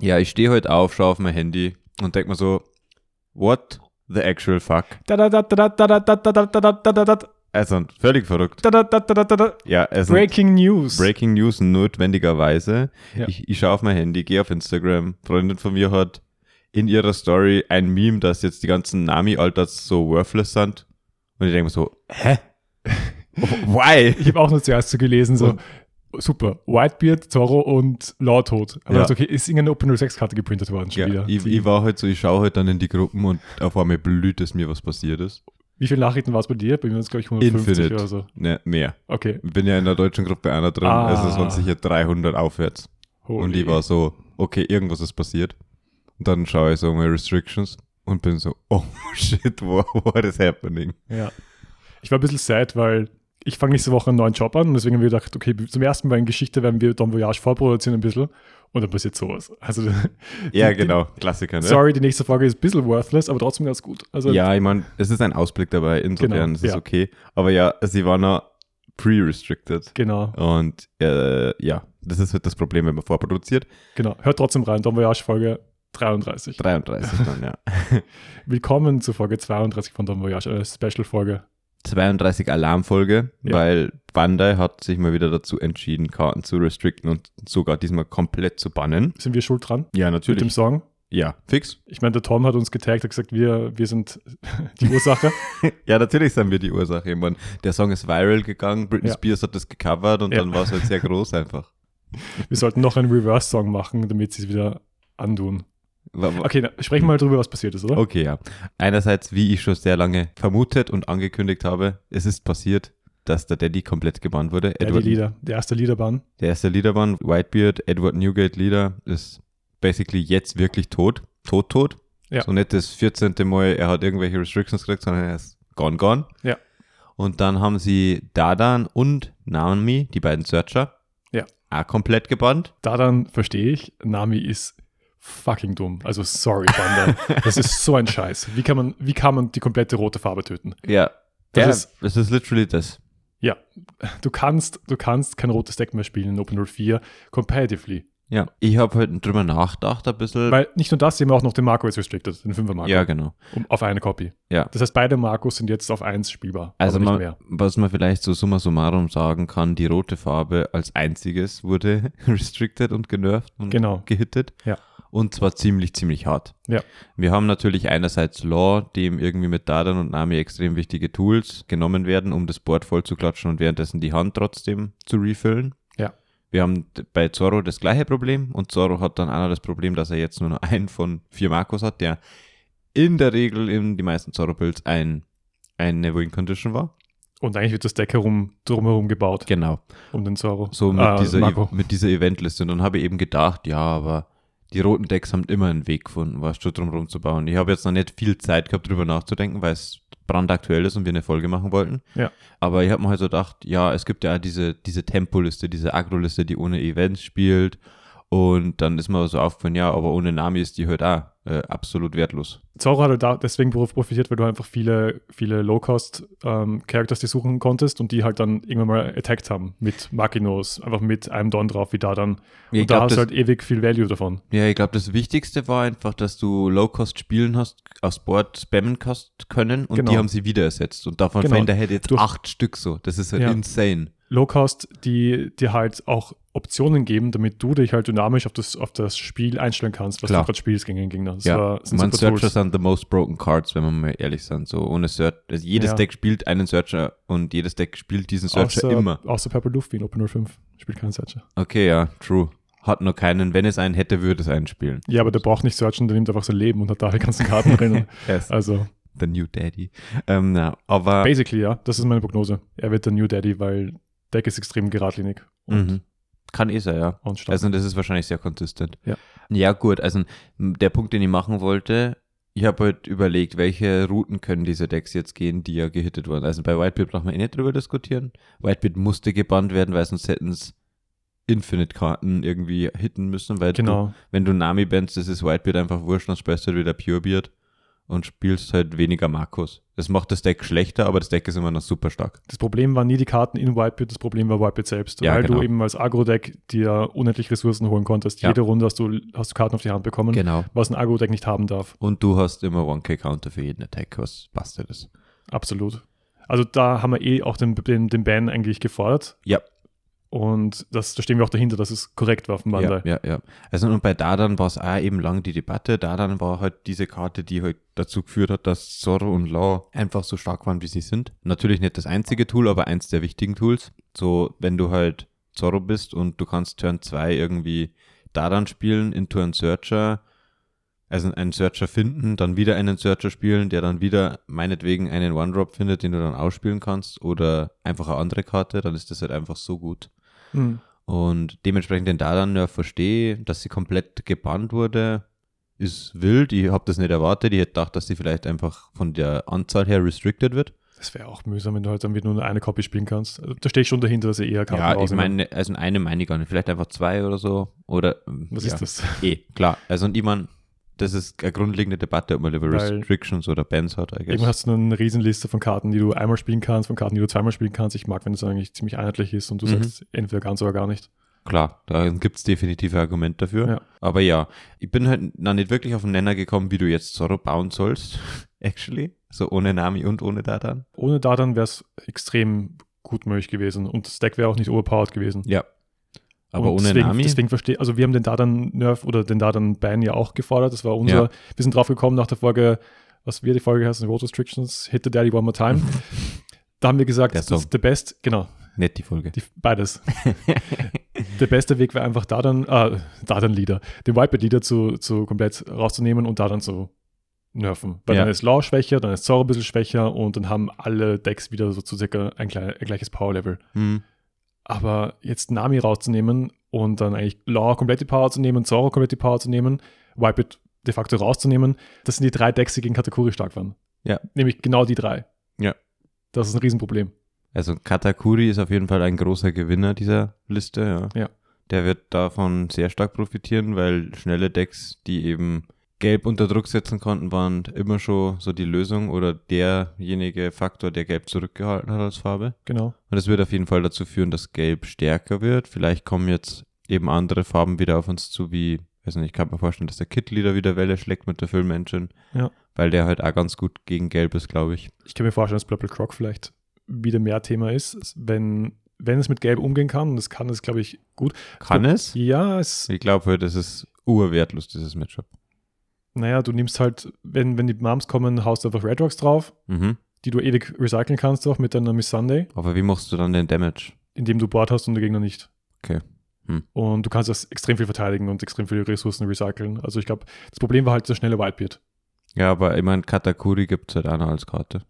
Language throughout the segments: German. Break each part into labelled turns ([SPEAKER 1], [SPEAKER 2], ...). [SPEAKER 1] Ja, ich stehe heute auf, schaue auf mein Handy und denke mir so, what the actual fuck? Also völlig verrückt. Ja, also
[SPEAKER 2] Breaking News.
[SPEAKER 1] Breaking News notwendigerweise.
[SPEAKER 2] Ja.
[SPEAKER 1] Ich, ich schaue auf mein Handy, gehe auf Instagram. Freundin von mir hat in ihrer Story ein Meme, dass jetzt die ganzen Nami-Alters so worthless sind. Und ich denke mir so, hä? Why?
[SPEAKER 2] Ich habe auch nur zuerst so gelesen, so super, Whitebeard, Zorro und Law tot. Aber
[SPEAKER 1] Ja.
[SPEAKER 2] das okay, ist irgendeine Open 06 Karte geprintet worden schon
[SPEAKER 1] Ja,
[SPEAKER 2] wieder.
[SPEAKER 1] ich,
[SPEAKER 2] Die-
[SPEAKER 1] ich war halt so, ich schaue halt dann in die Gruppen und auf einmal blüht es mir, was passiert ist.
[SPEAKER 2] Wie viele Nachrichten war es bei dir? Bei mir waren es, glaube ich, 150
[SPEAKER 1] Infinite.
[SPEAKER 2] oder so.
[SPEAKER 1] Ne, mehr.
[SPEAKER 2] Okay.
[SPEAKER 1] Ich bin ja in der deutschen Gruppe einer drin,
[SPEAKER 2] Ah.
[SPEAKER 1] also es waren sicher 300 aufwärts. Und ich war so, okay, irgendwas ist passiert. Und dann schaue ich so meine Restrictions und bin so, oh shit, what, what is happening?
[SPEAKER 2] Ja. Ich war ein bisschen sad, weil ich fange nächste Woche einen neuen Job an und deswegen haben wir gedacht, okay, zum ersten Mal in Geschichte werden wir Don Voyage vorproduzieren ein bisschen und dann passiert sowas. Also,
[SPEAKER 1] Ja,
[SPEAKER 2] die-
[SPEAKER 1] genau, Klassiker, ne?
[SPEAKER 2] sorry, die nächste Folge ist ein bisschen worthless, aber trotzdem ganz gut. Also,
[SPEAKER 1] Ja, ich meine, es ist ein Ausblick dabei, insofern
[SPEAKER 2] Genau,
[SPEAKER 1] ist es
[SPEAKER 2] ja.
[SPEAKER 1] okay. Aber ja, sie war noch pre-restricted.
[SPEAKER 2] genau,
[SPEAKER 1] Und äh, ja, das ist halt das Problem, wenn man vorproduziert.
[SPEAKER 2] genau. Hört trotzdem rein, Don Voyage Folge 33.
[SPEAKER 1] 33 dann, ja.
[SPEAKER 2] Willkommen zu Folge 32 von Don Voyage, eine Special-Folge.
[SPEAKER 1] 32 Alarmfolge,
[SPEAKER 2] Ja.
[SPEAKER 1] weil Bandai hat sich mal wieder dazu entschieden, Karten zu restricten und sogar diesmal komplett zu bannen.
[SPEAKER 2] Sind wir schuld dran?
[SPEAKER 1] Ja,
[SPEAKER 2] Mit dem
[SPEAKER 1] natürlich.
[SPEAKER 2] Song?
[SPEAKER 1] Ja, fix.
[SPEAKER 2] Ich meine, der Tom hat uns getaggt, hat gesagt, wir, wir sind die Ursache.
[SPEAKER 1] Ja, natürlich sind wir die Ursache. Ich meine, der Song ist viral gegangen, Britney
[SPEAKER 2] Ja.
[SPEAKER 1] Spears hat das gecovert und
[SPEAKER 2] Ja.
[SPEAKER 1] dann war es halt sehr groß einfach.
[SPEAKER 2] wir sollten noch einen Reverse-Song machen, damit sie es wieder andun.
[SPEAKER 1] Wa- wa-
[SPEAKER 2] Okay, na, sprechen wir mal drüber, was passiert ist, oder?
[SPEAKER 1] Okay, ja. Einerseits, wie ich schon sehr lange vermutet und angekündigt habe, es ist passiert, dass der Daddy komplett gebannt wurde.
[SPEAKER 2] Ja, die Lieder, der erste Liederbahn.
[SPEAKER 1] Der erste Liederband, Whitebeard, Edward Newgate Lieder, ist basically jetzt wirklich tot. Tot, tot.
[SPEAKER 2] Ja.
[SPEAKER 1] So nicht das 14. Mal, er hat irgendwelche Restrictions gekriegt, sondern er ist gone, gone.
[SPEAKER 2] Ja.
[SPEAKER 1] Und dann haben sie Dadan und Naomi, die beiden Searcher,
[SPEAKER 2] Ja.
[SPEAKER 1] auch komplett gebannt.
[SPEAKER 2] Da dann verstehe ich, Nami ist fucking dumm. Also sorry, Banda. das ist so ein Scheiß. Wie kann, man, wie kann man die komplette rote Farbe töten?
[SPEAKER 1] Ja.
[SPEAKER 2] Das
[SPEAKER 1] Das,
[SPEAKER 2] ist-
[SPEAKER 1] Ist, das ist literally das.
[SPEAKER 2] Ja, du kannst, du kannst kein rotes Deck mehr spielen in Open 04 competitively.
[SPEAKER 1] Ja. Ich habe heute drüber nachgedacht ein bisschen.
[SPEAKER 2] Weil nicht nur das, sie haben auch noch den Marco jetzt restricted, den 5er Marco,
[SPEAKER 1] ja, genau.
[SPEAKER 2] um, auf eine Copy.
[SPEAKER 1] Ja.
[SPEAKER 2] Das heißt, beide Marcos sind jetzt auf 1 spielbar.
[SPEAKER 1] Also
[SPEAKER 2] aber nicht
[SPEAKER 1] man,
[SPEAKER 2] mehr.
[SPEAKER 1] was man vielleicht so summa summarum sagen kann, die rote Farbe als einziges wurde restricted und genervt und
[SPEAKER 2] Genau.
[SPEAKER 1] gehittet.
[SPEAKER 2] Ja.
[SPEAKER 1] Und zwar ziemlich, ziemlich hart.
[SPEAKER 2] Ja.
[SPEAKER 1] Wir haben natürlich einerseits Law, dem irgendwie mit Dadan und Nami extrem wichtige Tools genommen werden, um das Board voll zu klatschen und währenddessen die Hand trotzdem zu refillen.
[SPEAKER 2] Ja.
[SPEAKER 1] Wir haben d- bei Zorro das gleiche Problem und Zorro hat dann auch noch das Problem, dass er jetzt nur noch einen von vier Marcos hat, der in der Regel in die meisten Zorro-Builds ein, eine Win-Condition war.
[SPEAKER 2] Und eigentlich wird das Deck herum, drumherum gebaut,
[SPEAKER 1] Genau.
[SPEAKER 2] um den Zorro.
[SPEAKER 1] So mit,
[SPEAKER 2] Ah,
[SPEAKER 1] dieser, E-
[SPEAKER 2] Marco.
[SPEAKER 1] mit dieser Eventliste. Und dann habe ich eben gedacht, ja, aber die roten Decks haben immer einen Weg gefunden, was du drum rum zu bauen. Ich habe jetzt noch nicht viel Zeit gehabt, drüber nachzudenken, weil es brandaktuell ist und wir eine Folge machen wollten.
[SPEAKER 2] Ja.
[SPEAKER 1] Aber ich habe mir halt so gedacht, ja, es gibt ja auch diese, diese Tempoliste, diese Agroliste, die ohne Events spielt. Und dann ist mir so aufgefallen, ja, aber ohne Nami ist die halt auch äh, absolut wertlos.
[SPEAKER 2] Zorro hat halt da deswegen profitiert, weil du einfach viele, viele Low-Cost-Characters, die suchen konntest und die halt dann irgendwann mal attacked haben mit Makinos, einfach mit einem Don drauf, wie da dann. Und
[SPEAKER 1] Ich
[SPEAKER 2] da
[SPEAKER 1] glaub,
[SPEAKER 2] hast du
[SPEAKER 1] das-
[SPEAKER 2] halt ewig viel Value davon.
[SPEAKER 1] Ja, ich glaube, das Wichtigste war einfach, dass du Low-Cost spielen hast, aus Board spammen kannst können und
[SPEAKER 2] Genau.
[SPEAKER 1] die haben sie wieder ersetzt. Und davon
[SPEAKER 2] Genau.
[SPEAKER 1] genau. der hätte jetzt
[SPEAKER 2] Du-
[SPEAKER 1] acht Stück so. Das ist halt
[SPEAKER 2] Ja.
[SPEAKER 1] insane.
[SPEAKER 2] Low-Cost, die dir halt auch Optionen geben, damit du dich halt dynamisch auf das, auf das Spiel einstellen kannst, was
[SPEAKER 1] Klar.
[SPEAKER 2] du gerade spielst gegen den Gegner. Das
[SPEAKER 1] ja,
[SPEAKER 2] war, sind
[SPEAKER 1] man
[SPEAKER 2] super
[SPEAKER 1] Searcher
[SPEAKER 2] Tools.
[SPEAKER 1] sind the most broken cards, wenn wir mal ehrlich sind. So ohne Search, also jedes
[SPEAKER 2] Ja.
[SPEAKER 1] Deck spielt einen Searcher und jedes Deck spielt diesen Searcher
[SPEAKER 2] außer,
[SPEAKER 1] immer.
[SPEAKER 2] Außer Purple Luftwien, Open 05 spielt keinen Searcher.
[SPEAKER 1] Okay, ja, true. Hat nur keinen. Wenn es einen hätte, würde es einen spielen.
[SPEAKER 2] Ja, aber der braucht nicht searchen, der nimmt einfach sein Leben und hat da die ganzen Karten drin.
[SPEAKER 1] Yes.
[SPEAKER 2] Also,
[SPEAKER 1] The new daddy. Ähm, na, aber
[SPEAKER 2] basically, ja, das ist meine Prognose. Er wird der New Daddy, weil Deck ist extrem geradlinig und,
[SPEAKER 1] mhm. kann eh sein, ja.
[SPEAKER 2] und stark.
[SPEAKER 1] Also das ist wahrscheinlich sehr konsistent.
[SPEAKER 2] Ja.
[SPEAKER 1] Ja, gut, also m, der Punkt, den ich machen wollte, ich habe halt überlegt, welche Routen können diese Decks jetzt gehen, die ja gehittet wurden. Also bei Whitebeard braucht man eh nicht drüber diskutieren. Whitebeard musste gebannt werden, weil sonst hätten es Infinite-Karten irgendwie hitten müssen, weil du,
[SPEAKER 2] genau.
[SPEAKER 1] wenn du Nami bannst, das ist Whitebeard einfach wurscht, dann spielst du halt wieder Purebeard und spielst halt weniger Markus. Das macht das Deck schlechter, aber das Deck ist immer noch super stark.
[SPEAKER 2] Das Problem waren nie die Karten in Whitebeard, das Problem war Whitebeard selbst,
[SPEAKER 1] Ja,
[SPEAKER 2] weil
[SPEAKER 1] genau.
[SPEAKER 2] du eben als Agro-Deck dir unendlich Ressourcen holen konntest.
[SPEAKER 1] Ja.
[SPEAKER 2] Jede Runde hast du, hast du Karten auf die Hand bekommen,
[SPEAKER 1] Genau.
[SPEAKER 2] was ein Agro-Deck nicht haben darf.
[SPEAKER 1] Und du hast immer 1K-Counter für jeden Attack, was bastelt ist.
[SPEAKER 2] Absolut. Also da haben wir eh auch den, den, den Ban eigentlich gefordert.
[SPEAKER 1] Ja.
[SPEAKER 2] Und das, da stehen wir auch dahinter, dass es korrekt war von Bandai.
[SPEAKER 1] Ja, ja, ja. Also und bei Dadan war es auch eben lang die Debatte. Dadan war halt diese Karte, die halt dazu geführt hat, dass Zorro und Law einfach so stark waren, wie sie sind. Natürlich nicht das einzige Tool, aber eins der wichtigen Tools. So, wenn du halt Zorro bist und du kannst Turn 2 irgendwie Dadan spielen, in Turn Searcher, also einen Searcher finden, dann wieder einen Searcher spielen, der dann wieder meinetwegen einen One-Drop findet, den du dann ausspielen kannst oder einfach eine andere Karte, dann ist das halt einfach so gut.
[SPEAKER 2] Mhm.
[SPEAKER 1] Und dementsprechend den Dadan-Nerf verstehe, dass sie komplett gebannt wurde, ist wild. Ich habe das nicht erwartet. Ich hätte gedacht, dass sie vielleicht einfach von der Anzahl her restricted wird.
[SPEAKER 2] Das wäre auch mühsam, wenn du halt dann wieder nur eine Copy spielen kannst. Also, da stehe ich schon dahinter, dass er eher Karten
[SPEAKER 1] ja, ich
[SPEAKER 2] rausnimmt.
[SPEAKER 1] meine, also eine meine ich gar nicht. Vielleicht einfach zwei oder so. Oder, ähm,
[SPEAKER 2] Was
[SPEAKER 1] ja.
[SPEAKER 2] ist das?
[SPEAKER 1] Eh, klar. Also, und ich meine, das ist eine grundlegende Debatte, ob man lieber
[SPEAKER 2] Weil-
[SPEAKER 1] Restrictions oder Bans hat, I guess.
[SPEAKER 2] Eben hast du eine Riesenliste von Karten, die du einmal spielen kannst, von Karten, die du zweimal spielen kannst. Ich mag, wenn das eigentlich ziemlich einheitlich ist und du
[SPEAKER 1] Mhm.
[SPEAKER 2] sagst, entweder ganz oder gar nicht.
[SPEAKER 1] Klar, da gibt's definitiv ein Argument dafür.
[SPEAKER 2] Ja.
[SPEAKER 1] Aber ja, ich bin halt noch nicht wirklich auf den Nenner gekommen, wie du jetzt Zorro bauen sollst. Actually. So ohne Nami und ohne Dadan.
[SPEAKER 2] Ohne Dadan wäre es extrem gut möglich gewesen und das Deck wäre auch nicht overpowered gewesen.
[SPEAKER 1] Ja. Aber
[SPEAKER 2] und
[SPEAKER 1] ohne
[SPEAKER 2] deswegen,
[SPEAKER 1] Nami?
[SPEAKER 2] Deswegen verstehe also wir haben den Dadan-Nerf oder den Dadan-Ban ja auch gefordert. Das war unser,
[SPEAKER 1] Ja.
[SPEAKER 2] wir sind drauf gekommen nach der Folge, was wir die Folge heißen, Road Restrictions, Hit the Daddy One More Time. da haben wir gesagt,
[SPEAKER 1] Der
[SPEAKER 2] das ist
[SPEAKER 1] Song.
[SPEAKER 2] the best, genau,
[SPEAKER 1] Nicht die Folge.
[SPEAKER 2] die, beides. der beste Weg wäre einfach Dadan, äh, Dadan-Leader, den Whitebeard-Leader zu, zu komplett rauszunehmen und Dadan zu nerven. Weil
[SPEAKER 1] Ja.
[SPEAKER 2] dann ist Law schwächer, dann ist Zorro ein bisschen schwächer und dann haben alle Decks wieder so zu circa ein, klei- ein gleiches Power-Level.
[SPEAKER 1] Hm.
[SPEAKER 2] Aber jetzt Nami rauszunehmen und dann eigentlich Law komplett die Power zu nehmen, Zoro komplett die Power zu nehmen, Wipeout de facto rauszunehmen, das sind die drei Decks, die gegen Katakuri stark waren.
[SPEAKER 1] Ja.
[SPEAKER 2] Nämlich genau die drei.
[SPEAKER 1] Ja.
[SPEAKER 2] Das ist ein Riesenproblem.
[SPEAKER 1] Also Katakuri ist auf jeden Fall ein großer Gewinner dieser Liste, ja.
[SPEAKER 2] Ja.
[SPEAKER 1] Der wird davon sehr stark profitieren, weil schnelle Decks, die eben gelb unter Druck setzen konnten, waren immer schon so die Lösung oder derjenige Faktor, der gelb zurückgehalten hat als Farbe.
[SPEAKER 2] Genau.
[SPEAKER 1] Und das wird auf jeden Fall dazu führen, dass gelb stärker wird. Vielleicht kommen jetzt eben andere Farben wieder auf uns zu, wie, weiß nicht, ich kann mir vorstellen, dass der Kid-Leader wieder Welle schlägt mit der Film-Engine.
[SPEAKER 2] Ja.
[SPEAKER 1] Weil der halt auch ganz gut gegen gelb ist, glaube ich.
[SPEAKER 2] Ich kann mir vorstellen, dass Purple Croc vielleicht wieder mehr Thema ist, wenn, wenn es mit Gelb umgehen kann. Und das kann es, glaube ich, gut.
[SPEAKER 1] Kann es?
[SPEAKER 2] Ja, es,
[SPEAKER 1] Ich glaube halt, es ist urwertlos, dieses Matchup.
[SPEAKER 2] naja, du nimmst halt, wenn, wenn die Moms kommen, haust du einfach Red Rocks drauf,
[SPEAKER 1] Mhm.
[SPEAKER 2] die du ewig recyceln kannst, auch mit deiner Miss Sunday.
[SPEAKER 1] Aber wie machst du dann den Damage?
[SPEAKER 2] indem du Board hast und der Gegner nicht.
[SPEAKER 1] Okay. Hm.
[SPEAKER 2] Und du kannst das extrem viel verteidigen und extrem viele Ressourcen recyceln. Also ich glaube, das Problem war halt der schnelle Whitebeard.
[SPEAKER 1] Ja, aber ich meine, Katakuri gibt es halt auch noch als Karte.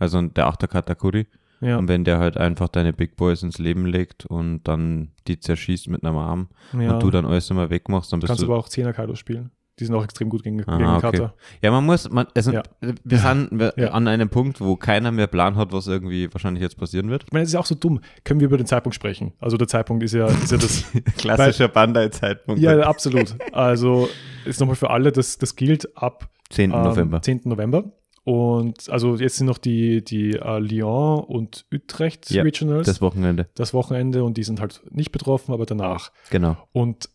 [SPEAKER 1] Also der Achter Katakuri.
[SPEAKER 2] Ja,
[SPEAKER 1] Und wenn der halt einfach deine Big Boys ins Leben legt und dann die zerschießt mit einem Arm
[SPEAKER 2] ja.
[SPEAKER 1] und du dann alles immer wegmachst, dann bist
[SPEAKER 2] kannst
[SPEAKER 1] du.
[SPEAKER 2] aber auch 10er Kaidos spielen. Die sind auch extrem gut gegen,
[SPEAKER 1] Aha,
[SPEAKER 2] gegen
[SPEAKER 1] okay.
[SPEAKER 2] Kata.
[SPEAKER 1] Ja, man muss, man, also
[SPEAKER 2] Ja.
[SPEAKER 1] wir sind wir
[SPEAKER 2] Ja.
[SPEAKER 1] an einem Punkt, wo keiner mehr Plan hat, was irgendwie wahrscheinlich jetzt passieren wird.
[SPEAKER 2] Ich meine, es ist ja auch so dumm. Können wir über den Zeitpunkt sprechen? Also der Zeitpunkt ist ja, ist ja das.
[SPEAKER 1] Klassischer Bandai-Zeitpunkt.
[SPEAKER 2] ja, ja, absolut. Also ist nochmal für alle, das, das gilt ab
[SPEAKER 1] 10.
[SPEAKER 2] am
[SPEAKER 1] November.
[SPEAKER 2] 10. November. Und also jetzt sind noch die, die äh, Lyon und Utrecht
[SPEAKER 1] Ja,
[SPEAKER 2] Regionals
[SPEAKER 1] Das Wochenende.
[SPEAKER 2] das Wochenende und die sind halt nicht betroffen, aber danach.
[SPEAKER 1] Genau.
[SPEAKER 2] Und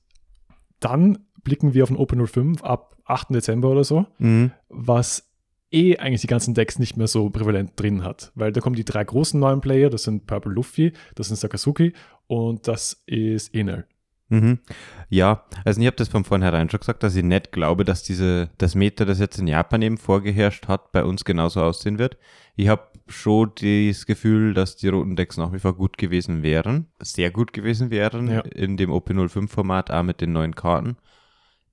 [SPEAKER 2] dann blicken wir auf den Open 05 ab 8. Dezember oder so,
[SPEAKER 1] Mhm.
[SPEAKER 2] was eh eigentlich die ganzen Decks nicht mehr so prävalent drin hat. Weil da kommen die drei großen neuen Player, das sind Purple Luffy, das sind Sakazuki und das ist Enel.
[SPEAKER 1] Mhm. Ja, also ich habe das von vornherein schon gesagt, dass ich nicht glaube, dass diese, das Meta, das jetzt in Japan eben vorgeherrscht hat, bei uns genauso aussehen wird. Ich habe schon das Gefühl, dass die roten Decks nach wie vor gut gewesen wären, sehr gut gewesen wären
[SPEAKER 2] Ja.
[SPEAKER 1] in dem OP05-Format, auch mit den neuen Karten.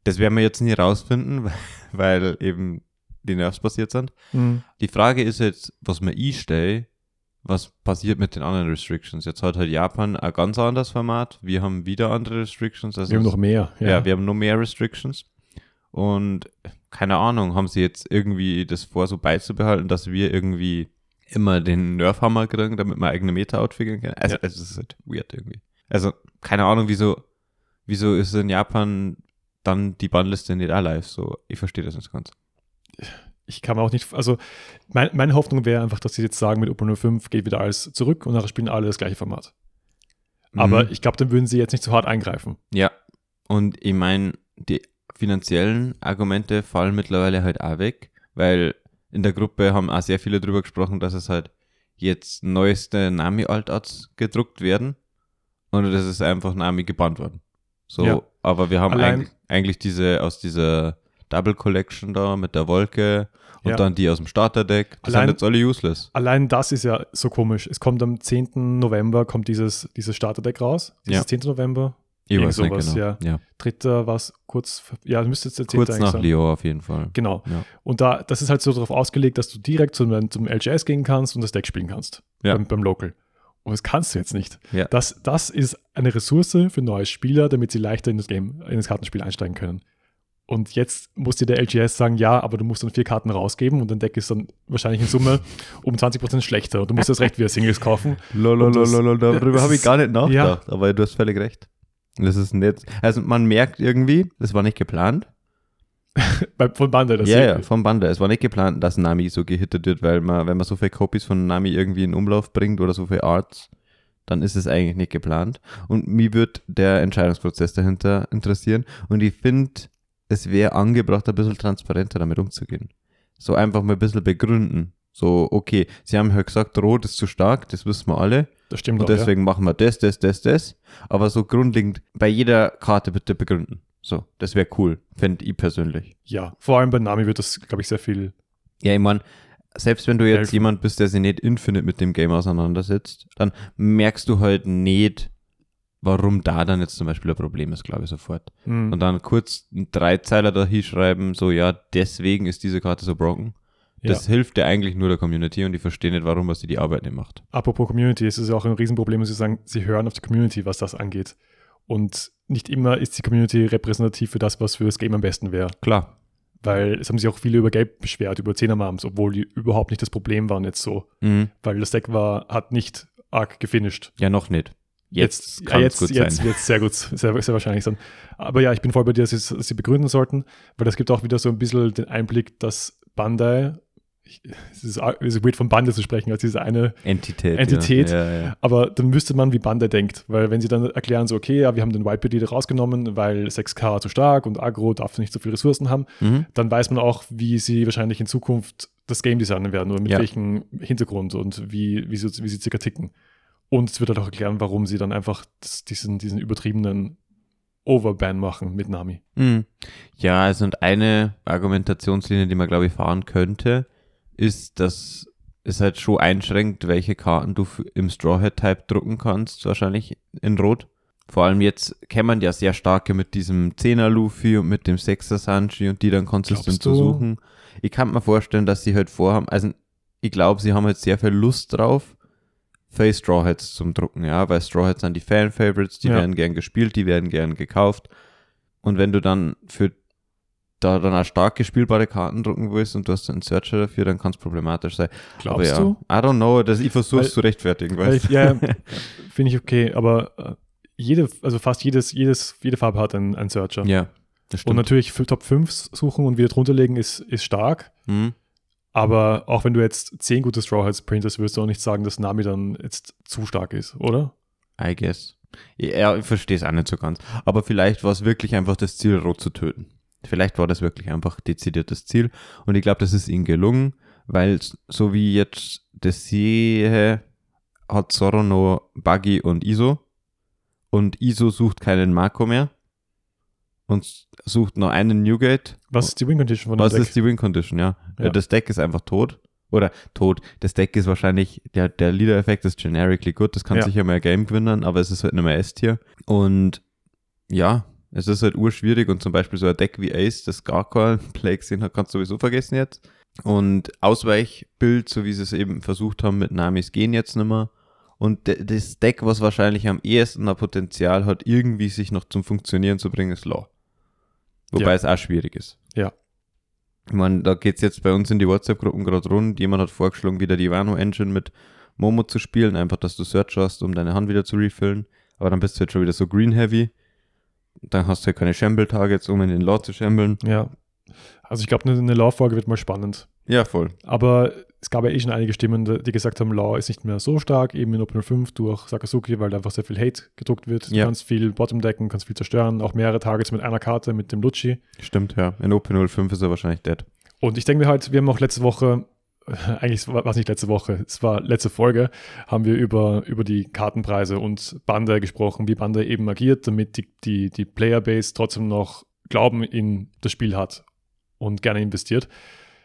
[SPEAKER 1] Das werden wir jetzt nie rausfinden, weil eben die Nerfs passiert sind. Die Frage ist jetzt, was mir ich stelle, was passiert mit den anderen Restrictions? Jetzt hat halt Japan ein ganz anderes Format. Wir haben wieder andere Restrictions. Also
[SPEAKER 2] Wir haben noch mehr.
[SPEAKER 1] ja. wir haben noch mehr Restrictions. Und keine Ahnung, haben sie jetzt irgendwie das vor, so beizubehalten, dass wir irgendwie immer den Nerfhammer kriegen, damit wir eigene Meta-Outfit kriegen können? Also,
[SPEAKER 2] Ja.
[SPEAKER 1] also, das ist halt weird irgendwie. Also, keine Ahnung, wieso, wieso ist in Japan dann die Bannliste nicht auch live? So, ich verstehe das nicht ganz.
[SPEAKER 2] ich kann mir auch nicht, also mein, meine Hoffnung wäre einfach, dass sie jetzt sagen, mit UP05 geht wieder alles zurück und nachher spielen alle das gleiche Format. Aber
[SPEAKER 1] Mhm.
[SPEAKER 2] ich glaube, dann würden sie jetzt nicht so hart eingreifen.
[SPEAKER 1] Ja, und ich meine, die finanziellen Argumente fallen mittlerweile halt auch weg, weil in der Gruppe haben auch sehr viele drüber gesprochen, dass es halt jetzt neueste Nami-Altarts gedruckt werden und das ist einfach Nami gebannt worden. So,
[SPEAKER 2] Ja.
[SPEAKER 1] aber wir haben
[SPEAKER 2] Allein-
[SPEAKER 1] eigentlich, eigentlich diese aus dieser Double Collection da mit der Wolke und
[SPEAKER 2] Ja.
[SPEAKER 1] dann die aus dem Starterdeck. Die sind
[SPEAKER 2] Allein-
[SPEAKER 1] jetzt alle useless.
[SPEAKER 2] Allein das ist ja so komisch. Es kommt am 10. November, kommt dieses, dieses Starterdeck raus. Dieses
[SPEAKER 1] Ja.
[SPEAKER 2] 10. November.
[SPEAKER 1] Ich
[SPEAKER 2] Irgend
[SPEAKER 1] weiß nicht
[SPEAKER 2] sowas,
[SPEAKER 1] genau.
[SPEAKER 2] ja. Dritter war es kurz, ja, müsste jetzt der 10.
[SPEAKER 1] Kurz
[SPEAKER 2] eigentlich
[SPEAKER 1] nach
[SPEAKER 2] sein.
[SPEAKER 1] Leo auf jeden Fall.
[SPEAKER 2] Genau.
[SPEAKER 1] Ja.
[SPEAKER 2] Und da, das ist halt so darauf ausgelegt, dass du direkt zum, zum LGS gehen kannst und das Deck spielen kannst.
[SPEAKER 1] Ja.
[SPEAKER 2] Beim, beim Local. Und das kannst du jetzt nicht.
[SPEAKER 1] Ja.
[SPEAKER 2] Das, das ist eine Ressource für neue Spieler, damit sie leichter in das Game, in das Kartenspiel einsteigen können. Und jetzt muss dir der LGS sagen, ja, aber du musst dann vier Karten rausgeben und dein Deck ist dann wahrscheinlich in Summe um 20% schlechter. Und du musst das recht wieder Singles kaufen. Und das-
[SPEAKER 1] Lololololol, darüber
[SPEAKER 2] das
[SPEAKER 1] habe ich
[SPEAKER 2] ist-
[SPEAKER 1] gar nicht nachgedacht, aber du hast völlig recht. Das ist nett. Also man merkt irgendwie, das war nicht geplant.
[SPEAKER 2] Bei, von Bande. das
[SPEAKER 1] Ja,
[SPEAKER 2] ist-
[SPEAKER 1] ja, vom Bande. Es war nicht geplant, dass Nami so gehittet wird, weil man, wenn man so viele Copies von Nami irgendwie in Umlauf bringt oder so viele Arts, dann ist es eigentlich nicht geplant. Und mir wird der Entscheidungsprozess dahinter interessieren. Und ich finde, es wäre angebracht, ein bisschen transparenter damit umzugehen. So einfach mal ein bisschen begründen. So, okay, sie haben ja gesagt, rot ist zu stark, das wissen wir alle.
[SPEAKER 2] Das stimmt
[SPEAKER 1] Und
[SPEAKER 2] auch, ja.
[SPEAKER 1] deswegen machen wir das, das, das, das. Aber so grundlegend bei jeder Karte bitte begründen. So, das wäre cool, fände ich persönlich.
[SPEAKER 2] ja. Vor allem bei Nami wird das, glaube ich, sehr viel
[SPEAKER 1] Ja, ich meine, selbst wenn du jetzt
[SPEAKER 2] Helfen.
[SPEAKER 1] jemand bist, der sich nicht infinite mit dem Game auseinandersetzt, dann merkst du halt nicht, warum da dann jetzt zum Beispiel ein Problem ist, glaube ich, sofort.
[SPEAKER 2] Mhm.
[SPEAKER 1] Und dann kurz einen Dreizeiler da hinschreiben, so, ja, deswegen ist diese Karte so broken. Das hilft ja eigentlich nur der Community und die verstehen nicht, warum was sie die Arbeit nicht macht.
[SPEAKER 2] Apropos Community, es ist auch ein Riesenproblem, dass sie sagen, sie hören auf die Community, was das angeht. Und nicht immer ist die Community repräsentativ für das, was für das Game am besten wäre.
[SPEAKER 1] Klar.
[SPEAKER 2] Weil es haben sich auch viele über Gelb beschwert, über 10 obwohl die überhaupt nicht das Problem waren jetzt so.
[SPEAKER 1] Mhm.
[SPEAKER 2] Weil das Deck war, hat nicht arg gefinisht.
[SPEAKER 1] Ja, noch nicht. Jetzt,
[SPEAKER 2] ja,
[SPEAKER 1] kann's
[SPEAKER 2] jetzt,
[SPEAKER 1] gut
[SPEAKER 2] jetzt
[SPEAKER 1] sein.
[SPEAKER 2] wird es sehr gut, sehr, sehr wahrscheinlich sein. Aber ja, ich bin voll bei dir, dass sie es- dass sie begründen sollten, weil das gibt auch wieder so ein bisschen den Einblick, dass Bandai, ich, es, ist, arg- es ist weird von Bandai zu sprechen, als diese eine
[SPEAKER 1] Entität.
[SPEAKER 2] Entität.
[SPEAKER 1] Ja. Ja, ja.
[SPEAKER 2] Aber dann müsste man, wie Banda denkt, weil wenn sie dann erklären, so, okay, ja, wir haben den White Beard rausgenommen, weil 6K zu stark und Agro darf nicht so viele Ressourcen haben,
[SPEAKER 1] Mhm.
[SPEAKER 2] dann weiß man auch, wie sie wahrscheinlich in Zukunft das Game designen werden oder mit
[SPEAKER 1] Ja.
[SPEAKER 2] welchem Hintergrund und wie, wie, sie, wie sie circa ticken. Und es wird halt auch erklären, warum sie dann einfach das, diesen, diesen übertriebenen Overban machen mit Nami.
[SPEAKER 1] Mhm. Ja, also und eine Argumentationslinie, die man, glaube ich, fahren könnte, ist, dass es halt schon einschränkt, welche Karten du f- im Straw Hat Type drucken kannst, wahrscheinlich in Rot. Vor allem jetzt kennt man ja sehr starke mit diesem 10er Luffy und mit dem 6er Sanji und die dann konsistent
[SPEAKER 2] Glaubst
[SPEAKER 1] zu
[SPEAKER 2] du?
[SPEAKER 1] suchen. Ich kann mir vorstellen, dass sie halt vorhaben, also ich glaube, sie haben halt sehr viel Lust drauf, Face Straw Hats zum Drucken, ja, weil Straw Hats sind die Fan-Favorites, die
[SPEAKER 2] Ja.
[SPEAKER 1] werden gern gespielt, die werden gern gekauft. Und wenn du dann für da dann auch stark gespielbare Karten drucken willst und du hast einen Searcher dafür, dann kann es problematisch sein.
[SPEAKER 2] Glaubst
[SPEAKER 1] ja,
[SPEAKER 2] du?
[SPEAKER 1] I don't know, das, ich versuche
[SPEAKER 2] Weil-
[SPEAKER 1] es zu rechtfertigen,
[SPEAKER 2] Weil
[SPEAKER 1] weißt
[SPEAKER 2] ich- Ja, finde ich okay, aber äh, jede, also fast jedes, jedes, jede Farbe hat einen, einen Searcher.
[SPEAKER 1] du? Ja, das
[SPEAKER 2] Und
[SPEAKER 1] stimmt.
[SPEAKER 2] natürlich für Top 5 suchen und wieder drunter legen ist, ist stark.
[SPEAKER 1] Mhm.
[SPEAKER 2] Aber auch wenn du jetzt 10 gute Straw Hats printest, würdest du auch nicht sagen, dass Nami dann jetzt zu stark ist, oder?
[SPEAKER 1] I guess. Ja, ich verstehe es auch nicht so ganz. Aber vielleicht war es wirklich einfach das Ziel, Rot zu töten. Vielleicht war das wirklich einfach dezidiert das Ziel. Und ich glaube, das ist ihnen gelungen, weil s- so wie jetzt das sehe, hat Zoro nur Buggy und Iso. Und Iso sucht keinen Marco mehr. Und s- sucht noch einen Newgate.
[SPEAKER 2] Was ist die Win Condition von dem
[SPEAKER 1] Oh. Was
[SPEAKER 2] Deck?
[SPEAKER 1] ist die Win Condition, ja.
[SPEAKER 2] Ja.
[SPEAKER 1] Das Deck ist einfach tot. Oder tot. Das Deck ist wahrscheinlich, der, der Leader-Effekt ist generically gut. Das kann
[SPEAKER 2] Ja.
[SPEAKER 1] sicher mal ein Game gewinnen, aber es ist halt nicht mehr S-Tier. Und ja, es ist halt urschwierig und zum Beispiel so ein Deck wie Ace, das gar keinen Play gesehen hat, kannst du sowieso vergessen jetzt. Und Ausweichbild, so wie sie es eben versucht haben mit Namis, gehen jetzt nicht mehr. Und de- das Deck, was wahrscheinlich am ehesten ein Potenzial hat, irgendwie sich noch zum Funktionieren zu bringen, ist Law. Wobei
[SPEAKER 2] Ja.
[SPEAKER 1] es auch schwierig ist.
[SPEAKER 2] Ja.
[SPEAKER 1] Ich meine, da geht es jetzt bei uns in die WhatsApp-Gruppen gerade rund. Jemand hat vorgeschlagen, wieder die Wano-Engine mit Momo zu spielen, einfach, dass du Search hast, um deine Hand wieder zu refillen. Aber dann bist du jetzt schon wieder so green-heavy. Dann hast du ja keine Shamble-Targets, um in den Law zu shamblen.
[SPEAKER 2] Ja. Also ich glaube, eine, eine Law-Folge wird mal spannend.
[SPEAKER 1] Ja, voll.
[SPEAKER 2] Aber es gab ja eh schon einige Stimmen, die gesagt haben, Law ist nicht mehr so stark, eben in Open 5 durch Sakazuki, weil da einfach sehr viel Hate gedruckt wird. Du
[SPEAKER 1] Ja.
[SPEAKER 2] kannst viel Bottom-Decken, kannst viel zerstören, auch mehrere Targets mit einer Karte, mit dem Lucci.
[SPEAKER 1] Stimmt, ja. In OP05 ist er wahrscheinlich dead.
[SPEAKER 2] Und ich denke mir halt, wir haben auch letzte Woche, eigentlich war war es nicht letzte Woche, es war letzte Folge, haben wir über, über die Kartenpreise und Bandai gesprochen, wie Bandai eben agiert, damit die, die, die Playerbase trotzdem noch Glauben in das Spiel hat und gerne investiert.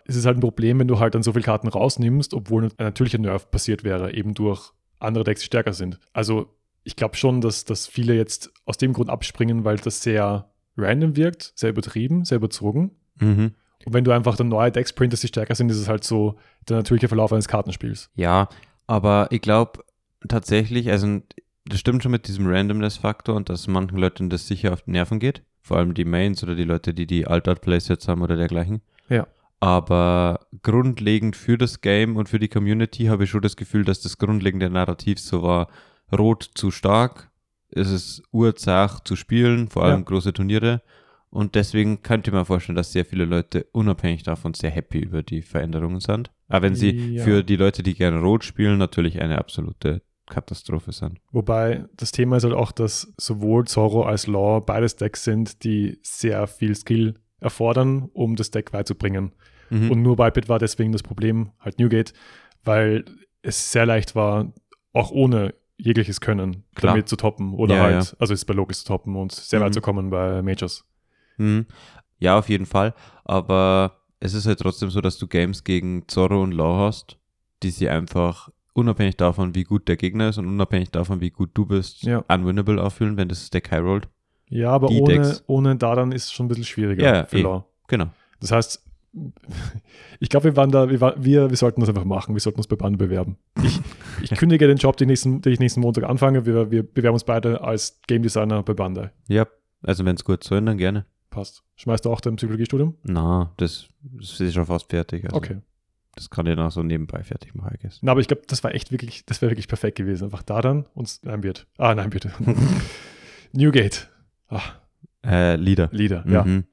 [SPEAKER 2] Es ist halt ein Problem, wenn du halt dann so viele Karten rausnimmst, obwohl ein natürlicher Nerf passiert wäre, eben durch andere Decks, die stärker sind. Also ich glaube schon, dass, dass viele jetzt aus dem Grund abspringen, weil das sehr random wirkt, sehr übertrieben, sehr überzogen.
[SPEAKER 1] Mhm.
[SPEAKER 2] Und wenn du einfach dann neue Decks printest, die stärker sind, ist es halt so der natürliche Verlauf eines Kartenspiels.
[SPEAKER 1] Ja, aber ich glaube tatsächlich, also das stimmt schon mit diesem Randomness-Faktor und dass manchen Leuten das sicher auf die Nerven geht. Vor allem die Mains oder die Leute, die die Altered Playsets haben oder dergleichen.
[SPEAKER 2] Ja.
[SPEAKER 1] Aber grundlegend für das Game und für die Community habe ich schon das Gefühl, dass das grundlegende Narrativ so war, rot zu stark, es ist urzach zu spielen, vor allem
[SPEAKER 2] Ja.
[SPEAKER 1] große Turniere. Und deswegen könnte ich mir vorstellen, dass sehr viele Leute unabhängig davon sehr happy über die Veränderungen sind. Aber wenn sie
[SPEAKER 2] Ja.
[SPEAKER 1] für die Leute, die gerne rot spielen, natürlich eine absolute Katastrophe sind.
[SPEAKER 2] Wobei das Thema ist halt auch, dass sowohl Zorro als Law beides Decks sind, die sehr viel Skill erfordern, um das Deck beizubringen.
[SPEAKER 1] Mhm.
[SPEAKER 2] Und nur Whitebit war deswegen das Problem, halt Newgate, weil es sehr leicht war, auch ohne jegliches Können
[SPEAKER 1] Klar.
[SPEAKER 2] damit zu toppen. Oder
[SPEAKER 1] Ja,
[SPEAKER 2] halt, also ist bei Locals zu toppen und sehr
[SPEAKER 1] Mhm.
[SPEAKER 2] weit zu kommen bei Majors.
[SPEAKER 1] Mhm. Ja, auf jeden Fall. Aber es ist halt trotzdem so, dass du Games gegen Zorro und Law hast, die sie einfach unabhängig davon, wie gut der Gegner ist und unabhängig davon, wie gut du bist,
[SPEAKER 2] Ja.
[SPEAKER 1] unwinnable auffühlen, wenn das Deck high rollt.
[SPEAKER 2] Ja, aber
[SPEAKER 1] Die
[SPEAKER 2] ohne,
[SPEAKER 1] Decks.
[SPEAKER 2] ohne Dadan ist es schon ein bisschen schwieriger
[SPEAKER 1] Ja,
[SPEAKER 2] für
[SPEAKER 1] eh.
[SPEAKER 2] Law.
[SPEAKER 1] Genau.
[SPEAKER 2] Das heißt, ich glaube, wir waren da, wir, war- wir, wir sollten das einfach machen. Wir sollten uns bei Bande bewerben. Ich, ich kündige den Job, den, nächsten, den ich nächsten Montag anfange. Wir, wir bewerben uns beide als Game Designer bei Bande.
[SPEAKER 1] Ja, also wenn es gut soll, dann gerne.
[SPEAKER 2] Passt. Schmeißt du auch dein Psychologiestudium?
[SPEAKER 1] Na, das, das ist schon fast fertig. Also
[SPEAKER 2] Okay.
[SPEAKER 1] Das kann ich noch so nebenbei fertig machen, I guess.
[SPEAKER 2] Na, aber ich glaube, das war echt wirklich, das wäre wirklich perfekt gewesen. Einfach da dann und nein, wird. Ah, nein, bitte. Newgate. Ah,
[SPEAKER 1] Äh, Lieder.
[SPEAKER 2] Lieder, ja.
[SPEAKER 1] Mhm.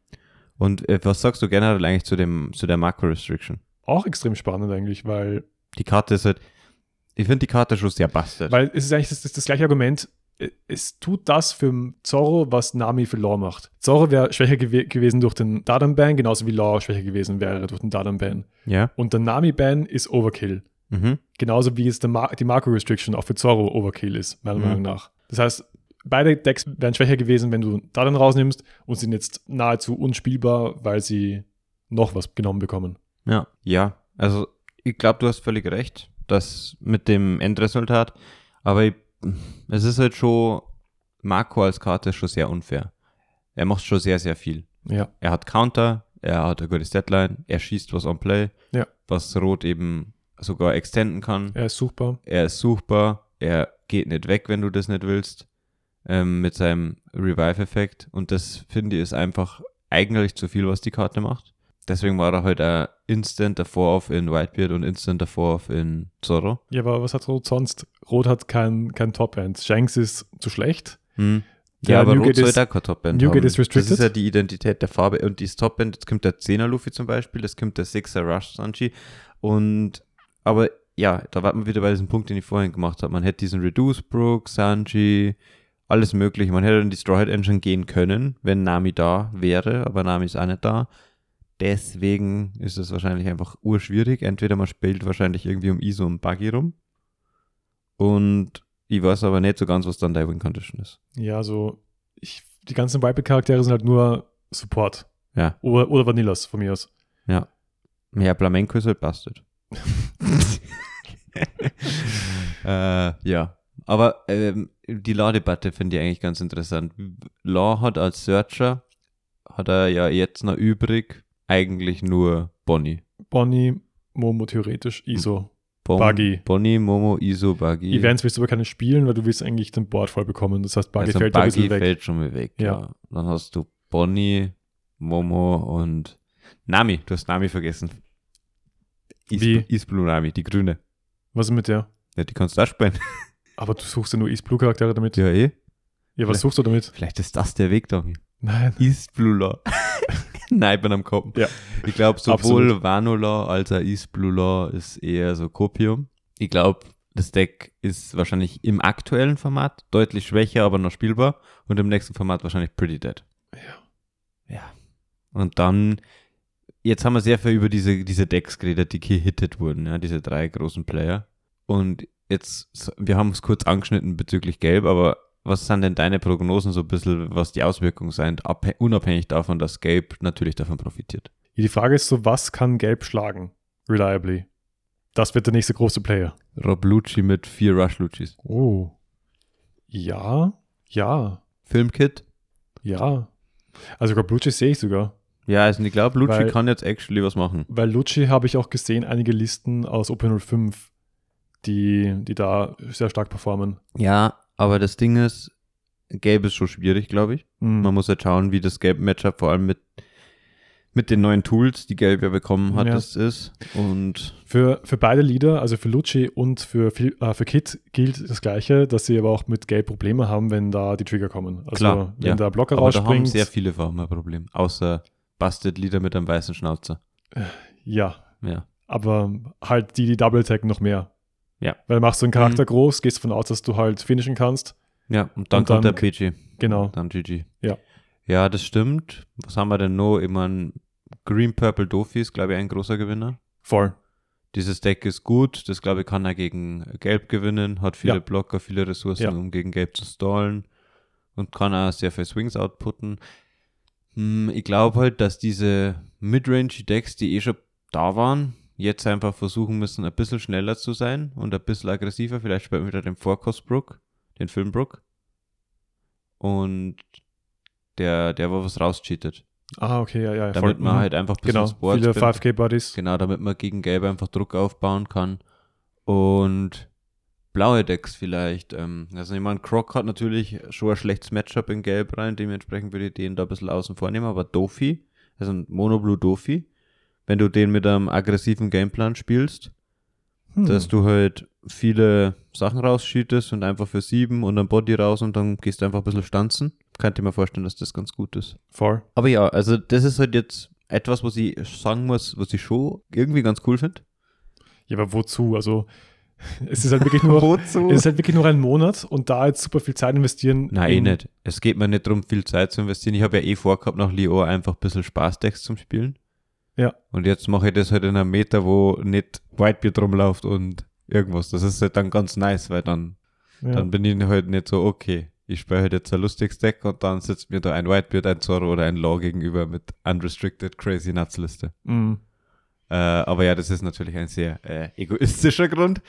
[SPEAKER 1] Und äh, was sagst du generell eigentlich zu, dem, zu der Macro-Restriction?
[SPEAKER 2] Auch extrem spannend eigentlich, weil
[SPEAKER 1] Die Karte ist halt, ich finde die Karte schon sehr bastard.
[SPEAKER 2] Weil es ist eigentlich das, das, das gleiche Argument. äh, Es tut das für Zorro, was Nami für Law macht. Zorro wäre schwächer gewe gewesen durch den Dadan-Ban, genauso wie Law schwächer gewesen wäre durch den Dadan-Ban.
[SPEAKER 1] ja.
[SPEAKER 2] Und der Nami-Ban ist Overkill.
[SPEAKER 1] Mhm.
[SPEAKER 2] Genauso wie es der Mar die Marco-Restriction auch für Zorro Overkill ist, meiner
[SPEAKER 1] Mhm.
[SPEAKER 2] Meinung nach. Das heißt, beide Decks wären schwächer gewesen, wenn du Dadan rausnimmst und sind jetzt nahezu unspielbar, weil sie noch was genommen bekommen.
[SPEAKER 1] Ja. Ja, also ich glaube, du hast völlig recht, das mit dem Endresultat. Aber ich, es ist halt schon, Marco als Karte ist schon sehr unfair. Er macht schon sehr, sehr viel.
[SPEAKER 2] Ja.
[SPEAKER 1] Er hat Counter, er hat eine gute Deadline, er schießt was on Play,
[SPEAKER 2] Ja.
[SPEAKER 1] was Rot eben sogar extenden kann.
[SPEAKER 2] Er ist suchbar.
[SPEAKER 1] Er ist suchbar, er geht nicht weg, wenn du das nicht willst, ähm, mit seinem Revive-Effekt. Und das finde ich ist einfach eigentlich zu viel, was die Karte macht. Deswegen war er heute auch instant davor auf in Whitebeard und instant davor auf in Zorro.
[SPEAKER 2] Ja, aber was hat Rot sonst? Rot hat kein, kein Top-End. Shanks ist zu schlecht.
[SPEAKER 1] Hm. Ja,
[SPEAKER 2] Ja,
[SPEAKER 1] aber Nugget
[SPEAKER 2] Nugget
[SPEAKER 1] Rot
[SPEAKER 2] ist-
[SPEAKER 1] soll da kein Topband
[SPEAKER 2] Nugget
[SPEAKER 1] haben.
[SPEAKER 2] ist restricted.
[SPEAKER 1] Das ist ja die Identität der Farbe. Und dieses Topband, jetzt kommt der 10er Luffy zum Beispiel, jetzt kommt der 6er Rush Sanji. Und, aber ja, da war man wieder bei diesem Punkt, den ich vorhin gemacht habe. Man hätte diesen Reduce Brook, Sanji, alles mögliche. Man hätte in die Straw Hat Engine gehen können, wenn Nami da wäre, aber Nami ist auch nicht da. Deswegen ist es wahrscheinlich einfach urschwierig. Entweder man spielt wahrscheinlich irgendwie um ISO und Buggy rum. Und ich weiß aber nicht so ganz, was dann der Win Condition ist.
[SPEAKER 2] Ja, also ich, die ganzen Vibe-Charaktere sind halt nur Support.
[SPEAKER 1] Ja.
[SPEAKER 2] Oder, oder Vanillas von mir aus.
[SPEAKER 1] Ja, Flamenco ist halt Bastard. äh, ja. Aber ähm, die Law-Debatte finde ich eigentlich ganz interessant. Law hat als Searcher, hat er ja jetzt noch übrig, eigentlich nur Bonnie.
[SPEAKER 2] Bonnie, Momo theoretisch,
[SPEAKER 1] Mhm.
[SPEAKER 2] ISO.
[SPEAKER 1] Bon,
[SPEAKER 2] Buggy.
[SPEAKER 1] Bonnie, Momo, Iso, Buggy.
[SPEAKER 2] Events willst du aber keine spielen, weil du willst eigentlich den Board voll bekommen. Das heißt, Buggy
[SPEAKER 1] also
[SPEAKER 2] fällt ein
[SPEAKER 1] Buggy
[SPEAKER 2] bisschen weg.
[SPEAKER 1] fällt schon mal weg. Ja.
[SPEAKER 2] Ja.
[SPEAKER 1] Dann hast du Bonnie, Momo und Nami. Du hast Nami vergessen. Is
[SPEAKER 2] Wie?
[SPEAKER 1] Is Blue Nami, die grüne.
[SPEAKER 2] Was ist mit der?
[SPEAKER 1] Ja, die kannst du auch spielen.
[SPEAKER 2] Aber du suchst ja nur East Blue Charaktere damit. Ja,
[SPEAKER 1] Ja, eh.
[SPEAKER 2] was suchst du damit?
[SPEAKER 1] Vielleicht ist das der Weg, Domi.
[SPEAKER 2] Nein.
[SPEAKER 1] Ist Blue Law. Nein, ich bin am Kopen.
[SPEAKER 2] Ja.
[SPEAKER 1] Ich glaube, sowohl
[SPEAKER 2] Absolut.
[SPEAKER 1] Vanula als auch East Blue Law ist eher so Copium. Ich glaube, das Deck ist wahrscheinlich im aktuellen Format deutlich schwächer, aber noch spielbar. Und im nächsten Format wahrscheinlich Pretty Dead. Ja. Ja. Und dann, jetzt haben wir sehr viel über diese, diese Decks geredet, die gehittet wurden, ja, diese drei großen Player. Und jetzt, wir haben es kurz angeschnitten bezüglich Gelb, aber was sind denn deine Prognosen so ein bisschen, was die Auswirkungen sind, abhä- unabhängig davon, dass Gelb natürlich davon profitiert?
[SPEAKER 2] Ja, Die Frage ist so, was kann Gelb schlagen? Reliably. Das wird der nächste große Player.
[SPEAKER 1] Rob Lucci mit vier Rush Luccis.
[SPEAKER 2] Oh. Ja, ja,
[SPEAKER 1] Filmkit?
[SPEAKER 2] ja. Also Rob Lucci sehe ich sogar.
[SPEAKER 1] Ja, also ich glaube, Lucci
[SPEAKER 2] Weil-
[SPEAKER 1] kann jetzt actually was machen.
[SPEAKER 2] Weil Lucci habe ich auch gesehen, einige Listen aus Open 05, die, die da sehr stark performen.
[SPEAKER 1] Ja, aber das Ding ist, Gelb ist schon schwierig, glaube ich.
[SPEAKER 2] Mhm.
[SPEAKER 1] Man muss halt schauen, wie das Gelb-Matchup vor allem mit, mit den neuen Tools, die Gelb ja bekommen hat,
[SPEAKER 2] Ja.
[SPEAKER 1] das ist. Und
[SPEAKER 2] Für, für beide Lieder, also für Lucci und für, Phil- äh, für Kit, gilt das Gleiche, dass sie aber auch mit Gelb Probleme haben, wenn da die Trigger kommen. Also
[SPEAKER 1] Klar,
[SPEAKER 2] wenn
[SPEAKER 1] ja.
[SPEAKER 2] da Blocker
[SPEAKER 1] aber da haben
[SPEAKER 2] rausspringt.
[SPEAKER 1] sehr viele Farben ein Problem. Außer Busted Lieder mit einem weißen Schnauzer.
[SPEAKER 2] ja,
[SPEAKER 1] Ja.
[SPEAKER 2] aber halt die, die Double Attack noch mehr.
[SPEAKER 1] Ja. Mhm.
[SPEAKER 2] Weil machst du einen Charakter groß, gehst davon aus, dass du halt finishen kannst.
[SPEAKER 1] Ja, und dann
[SPEAKER 2] Und
[SPEAKER 1] kommt
[SPEAKER 2] dann-
[SPEAKER 1] der PG.
[SPEAKER 2] Genau.
[SPEAKER 1] Dann GG.
[SPEAKER 2] Ja.
[SPEAKER 1] Ja, das stimmt. Was haben wir denn noch? Ich meine, Green Purple Dofi ist, glaube ich, ein großer Gewinner.
[SPEAKER 2] Voll.
[SPEAKER 1] Dieses Deck ist gut. Das, glaube ich, kann er gegen Gelb gewinnen. Hat viele
[SPEAKER 2] Ja.
[SPEAKER 1] Blocker, viele Ressourcen,
[SPEAKER 2] Ja.
[SPEAKER 1] um gegen Gelb zu stallen. Und kann auch sehr viel Swings outputten. Hm, ich glaube halt, dass diese Midrange-Decks, die eh schon da waren, jetzt einfach versuchen müssen, ein bisschen schneller zu sein und ein bisschen aggressiver. Vielleicht spielt man wieder den Vorkostbrook, den Filmbrook. Und der, der wo was rauscheatet.
[SPEAKER 2] Ah, okay, ja, ja.
[SPEAKER 1] Damit
[SPEAKER 2] voll.
[SPEAKER 1] man
[SPEAKER 2] Mhm.
[SPEAKER 1] halt einfach ein bisschen
[SPEAKER 2] genau,
[SPEAKER 1] Sports
[SPEAKER 2] viele
[SPEAKER 1] bin.
[SPEAKER 2] 5K-Buddies.
[SPEAKER 1] Genau, damit man gegen Gelb einfach Druck aufbauen kann. Und blaue Decks vielleicht. Ähm, also ich meine, Croc hat natürlich schon ein schlechtes Matchup in Gelb rein, dementsprechend würde ich den da ein bisschen außen vor nehmen, aber Dofi, also ein Monoblue Dofi, wenn du den mit einem aggressiven Gameplan spielst,
[SPEAKER 2] Hm.
[SPEAKER 1] dass du halt viele Sachen rausschietest und einfach für sieben und dann Body raus und dann gehst du einfach ein bisschen stanzen. Kann ich mir vorstellen, dass das ganz gut ist.
[SPEAKER 2] Voll.
[SPEAKER 1] Aber ja, also das ist halt jetzt etwas, was ich sagen muss, was ich schon irgendwie ganz cool finde.
[SPEAKER 2] Ja, aber wozu? Also, es ist halt wirklich nur,
[SPEAKER 1] Wozu?
[SPEAKER 2] es ist halt wirklich nur ein Monat und da jetzt super viel Zeit investieren.
[SPEAKER 1] Nein, eh
[SPEAKER 2] in-
[SPEAKER 1] nicht. Es geht mir nicht darum, viel Zeit zu investieren. Ich habe ja eh vorgehabt, nach Leo einfach ein bisschen Spaßtext zum Spielen.
[SPEAKER 2] Ja.
[SPEAKER 1] Und jetzt mache ich das halt in einem Meter, wo nicht Whitebeard rumläuft und irgendwas. Das ist halt dann ganz nice, weil dann,
[SPEAKER 2] Ja.
[SPEAKER 1] dann bin ich halt nicht so, okay, ich spiele halt jetzt ein lustiges Deck und dann sitzt mir da ein Whitebeard, ein Zorro oder ein Law gegenüber mit Unrestricted Crazy Nuts Liste.
[SPEAKER 2] Mhm.
[SPEAKER 1] Äh, aber ja, das ist natürlich ein sehr äh, egoistischer Grund.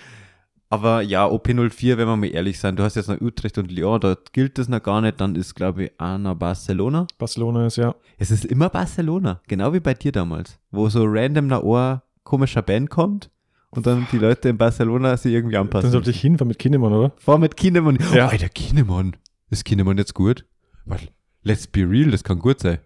[SPEAKER 1] Aber ja, OP04, wenn wir mal ehrlich sind, du hast jetzt noch Utrecht und Lyon, dort gilt das noch gar nicht, dann ist, glaube ich, Anna Barcelona.
[SPEAKER 2] Barcelona ist ja.
[SPEAKER 1] Es ist immer Barcelona, genau wie bei dir damals, wo so random nach Ohr komischer Band kommt und dann die Leute in Barcelona sich irgendwie
[SPEAKER 2] Dann
[SPEAKER 1] anpassen.
[SPEAKER 2] sollte ich hinfahren mit Kindemann, oder?
[SPEAKER 1] Vor mit Kinemon.
[SPEAKER 2] Ja.
[SPEAKER 1] Oh, Alter, Kinemon. Ist Kinemon jetzt gut? Weil, let's be real, das kann gut sein.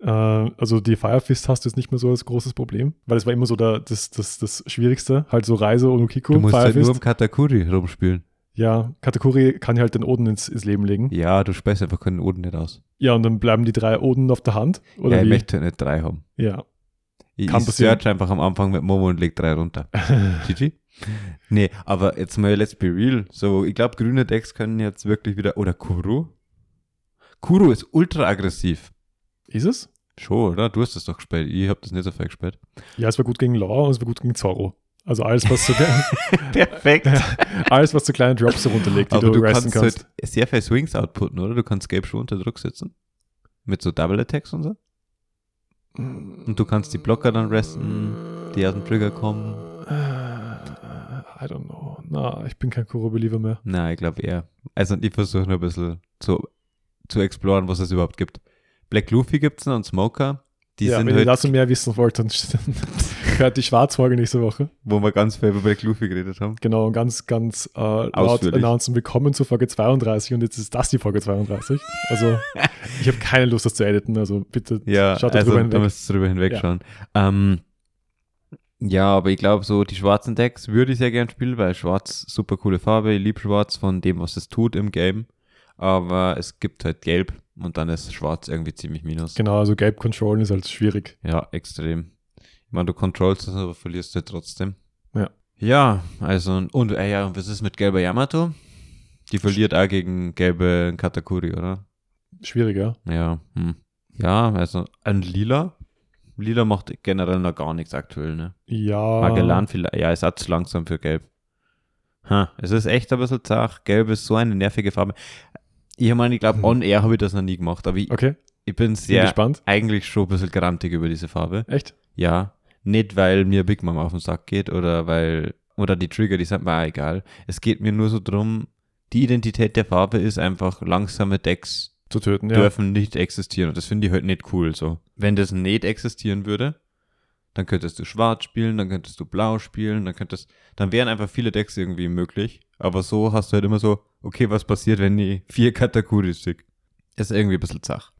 [SPEAKER 2] Äh, also, die Firefist hast du jetzt nicht mehr so als großes Problem, weil es war immer so da, das, das, das Schwierigste. Halt so Reise und Ukiko,
[SPEAKER 1] Du musst halt nur
[SPEAKER 2] Firefist.
[SPEAKER 1] im Katakuri rumspielen.
[SPEAKER 2] ja, Katakuri kann halt den Oden ins, ins Leben legen. Ja.
[SPEAKER 1] Ja, du speist einfach keinen Oden nicht aus.
[SPEAKER 2] und dann bleiben die drei Oden auf der Hand. Oder
[SPEAKER 1] ja, ich
[SPEAKER 2] wie?
[SPEAKER 1] möchte nicht drei haben.
[SPEAKER 2] Ja.
[SPEAKER 1] Ich,
[SPEAKER 2] Kann
[SPEAKER 1] ich
[SPEAKER 2] passieren.
[SPEAKER 1] search einfach am Anfang mit Momo und leg drei runter. GG? Nee, aber jetzt mal, let's be real. So, ich glaube, grüne Decks können jetzt wirklich wieder. Oder Kuro? Kuro ist ultra aggressiv.
[SPEAKER 2] Ist es?
[SPEAKER 1] Schon, oder? Du hast das doch gespielt. Ich habe das nicht so viel gespielt.
[SPEAKER 2] Ja, es war gut gegen Law und es war gut gegen Zorro. Also alles, was so,
[SPEAKER 1] Perfekt.
[SPEAKER 2] alles, was so kleine Drops herunterlegt, die
[SPEAKER 1] aber
[SPEAKER 2] du,
[SPEAKER 1] du
[SPEAKER 2] resten
[SPEAKER 1] kannst,
[SPEAKER 2] kannst.
[SPEAKER 1] halt sehr viel Swings outputten, oder? Du kannst Gelb schon unter Druck setzen. Mit so Double Attacks und so. Und du kannst die Blocker dann resten, die aus dem Trigger kommen.
[SPEAKER 2] Äh, I don't know. Na, ich bin kein Kuro-Believer mehr.
[SPEAKER 1] Na, ich glaube eher. Also ich versuche nur ein bisschen zu, zu exploren, was es überhaupt gibt. Black Luffy gibt's noch und Smoker. Die
[SPEAKER 2] ja,
[SPEAKER 1] sind
[SPEAKER 2] wenn ihr
[SPEAKER 1] halt,
[SPEAKER 2] dazu mehr wissen wollt, dann hört die Schwarzfolge nächste Woche.
[SPEAKER 1] wo wir ganz viel über Black Luffy geredet haben.
[SPEAKER 2] Genau, ganz, ganz äh, laut
[SPEAKER 1] Ausführlich.
[SPEAKER 2] announcen, willkommen zur Folge 32 und jetzt ist das die Folge 32. Also, ich habe keine Lust, das zu editen, also bitte
[SPEAKER 1] Ja,
[SPEAKER 2] schaut da
[SPEAKER 1] also
[SPEAKER 2] drüber
[SPEAKER 1] da
[SPEAKER 2] hinweg.
[SPEAKER 1] müsst ihr drüber hinwegschauen. Ähm, ja, aber ich glaube, so die schwarzen Decks würde ich sehr gern spielen, weil schwarz super coole Farbe. Ich liebe schwarz von dem, was es tut im Game. aber es gibt halt gelb und dann ist schwarz irgendwie ziemlich minus.
[SPEAKER 2] Genau, also gelb controllen ist halt schwierig.
[SPEAKER 1] Ja, extrem. Ich meine, du controllst es, aber verlierst du trotzdem.
[SPEAKER 2] Ja.
[SPEAKER 1] Ja, also, und, und äh, ja, und was ist mit gelber Yamato? Die verliert auch gegen gelbe Katakuri, oder?
[SPEAKER 2] Schwierig, ja.
[SPEAKER 1] Ja, hm. ja, also ein Lila. Lila macht generell noch gar nichts aktuell, ne?
[SPEAKER 2] Ja.
[SPEAKER 1] Magellan vielleicht, ja, ist auch zu langsam für Gelb. Ha, es ist echt ein bisschen zart. Gelb ist so eine nervige Farbe. Ich meine, ich glaube,
[SPEAKER 2] Hm.
[SPEAKER 1] on air habe ich das noch nie gemacht, aber ich,
[SPEAKER 2] Okay,
[SPEAKER 1] ich bin
[SPEAKER 2] bin
[SPEAKER 1] sehr,
[SPEAKER 2] gespannt.
[SPEAKER 1] eigentlich schon ein bisschen grantig über diese Farbe.
[SPEAKER 2] Echt?
[SPEAKER 1] Ja, nicht weil mir Big Mom auf den Sack geht oder weil, oder die Trigger, die sind mir auch egal. Es geht mir nur so drum, die Identität der Farbe ist einfach langsame Decks
[SPEAKER 2] Zu töten, ja.
[SPEAKER 1] dürfen nicht existieren. Und das finde ich halt nicht cool so. Wenn das nicht existieren würde, dann könntest du schwarz spielen, dann könntest du blau spielen, dann könntest, dann wären einfach viele Decks irgendwie möglich. Aber so hast du halt immer so, okay, was passiert, wenn die vier Katakuris schick? Ist irgendwie ein bisschen zach.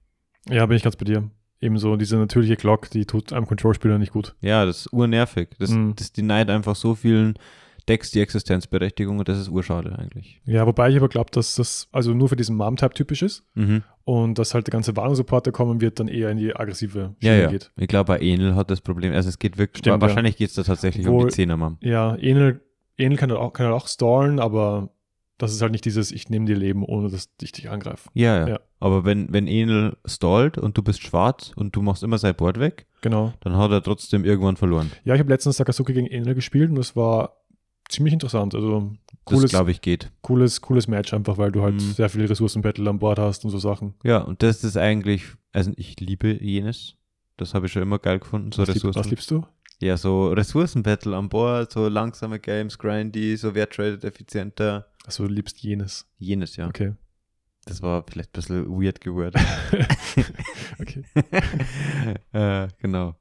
[SPEAKER 2] Ja, bin ich ganz bei dir. Ebenso, diese natürliche Glock, die tut einem Control-Spieler nicht gut.
[SPEAKER 1] Ja, das ist urnervig. Das,
[SPEAKER 2] Mhm.
[SPEAKER 1] das denied einfach so vielen Decks die Existenzberechtigung und das ist urschade eigentlich.
[SPEAKER 2] Ja, wobei ich aber glaube, dass das also nur für diesen Mom-Type typisch ist
[SPEAKER 1] Mhm.
[SPEAKER 2] und dass halt der ganze Warnungssupport, der kommen wird, dann eher in die aggressive
[SPEAKER 1] Ja,
[SPEAKER 2] Schiene
[SPEAKER 1] ja.
[SPEAKER 2] geht.
[SPEAKER 1] Ich glaube, bei Enel hat das Problem, also es geht wirklich,
[SPEAKER 2] Stimmt, ja.
[SPEAKER 1] wahrscheinlich geht es da tatsächlich um
[SPEAKER 2] Obwohl-
[SPEAKER 1] die Zehnermann.
[SPEAKER 2] Ja, Enel, Enel kann, halt auch, kann halt auch stallen, aber das ist halt nicht dieses, ich nehme dir Leben, ohne dass ich dich angreife.
[SPEAKER 1] Ja, ja.
[SPEAKER 2] Ja.
[SPEAKER 1] Aber wenn, wenn Enel stallt und du bist schwarz und du machst immer sein Board weg,
[SPEAKER 2] Genau.
[SPEAKER 1] dann hat er trotzdem irgendwann verloren.
[SPEAKER 2] Ja, ich habe letztens Sakazuki gegen Enel gespielt und das war ziemlich interessant. Also
[SPEAKER 1] das,
[SPEAKER 2] cooles,
[SPEAKER 1] glaube ich, geht.
[SPEAKER 2] cooles, cooles Match einfach, weil du halt
[SPEAKER 1] Mhm.
[SPEAKER 2] sehr viele Ressourcenbattle an Bord hast und so Sachen.
[SPEAKER 1] Ja, und das ist eigentlich, also ich liebe jenes. Das habe ich schon immer geil gefunden. So
[SPEAKER 2] was, lieb, was
[SPEAKER 1] Ressourcen.
[SPEAKER 2] liebst du?
[SPEAKER 1] Ja, so Ressourcenbattle an Bord, so langsame Games, grindy, so wer tradet effizienter.
[SPEAKER 2] Also du liebst jenes.
[SPEAKER 1] Jenes, ja.
[SPEAKER 2] Okay.
[SPEAKER 1] Das war vielleicht ein bisschen weird geworden.
[SPEAKER 2] Okay.
[SPEAKER 1] äh, genau.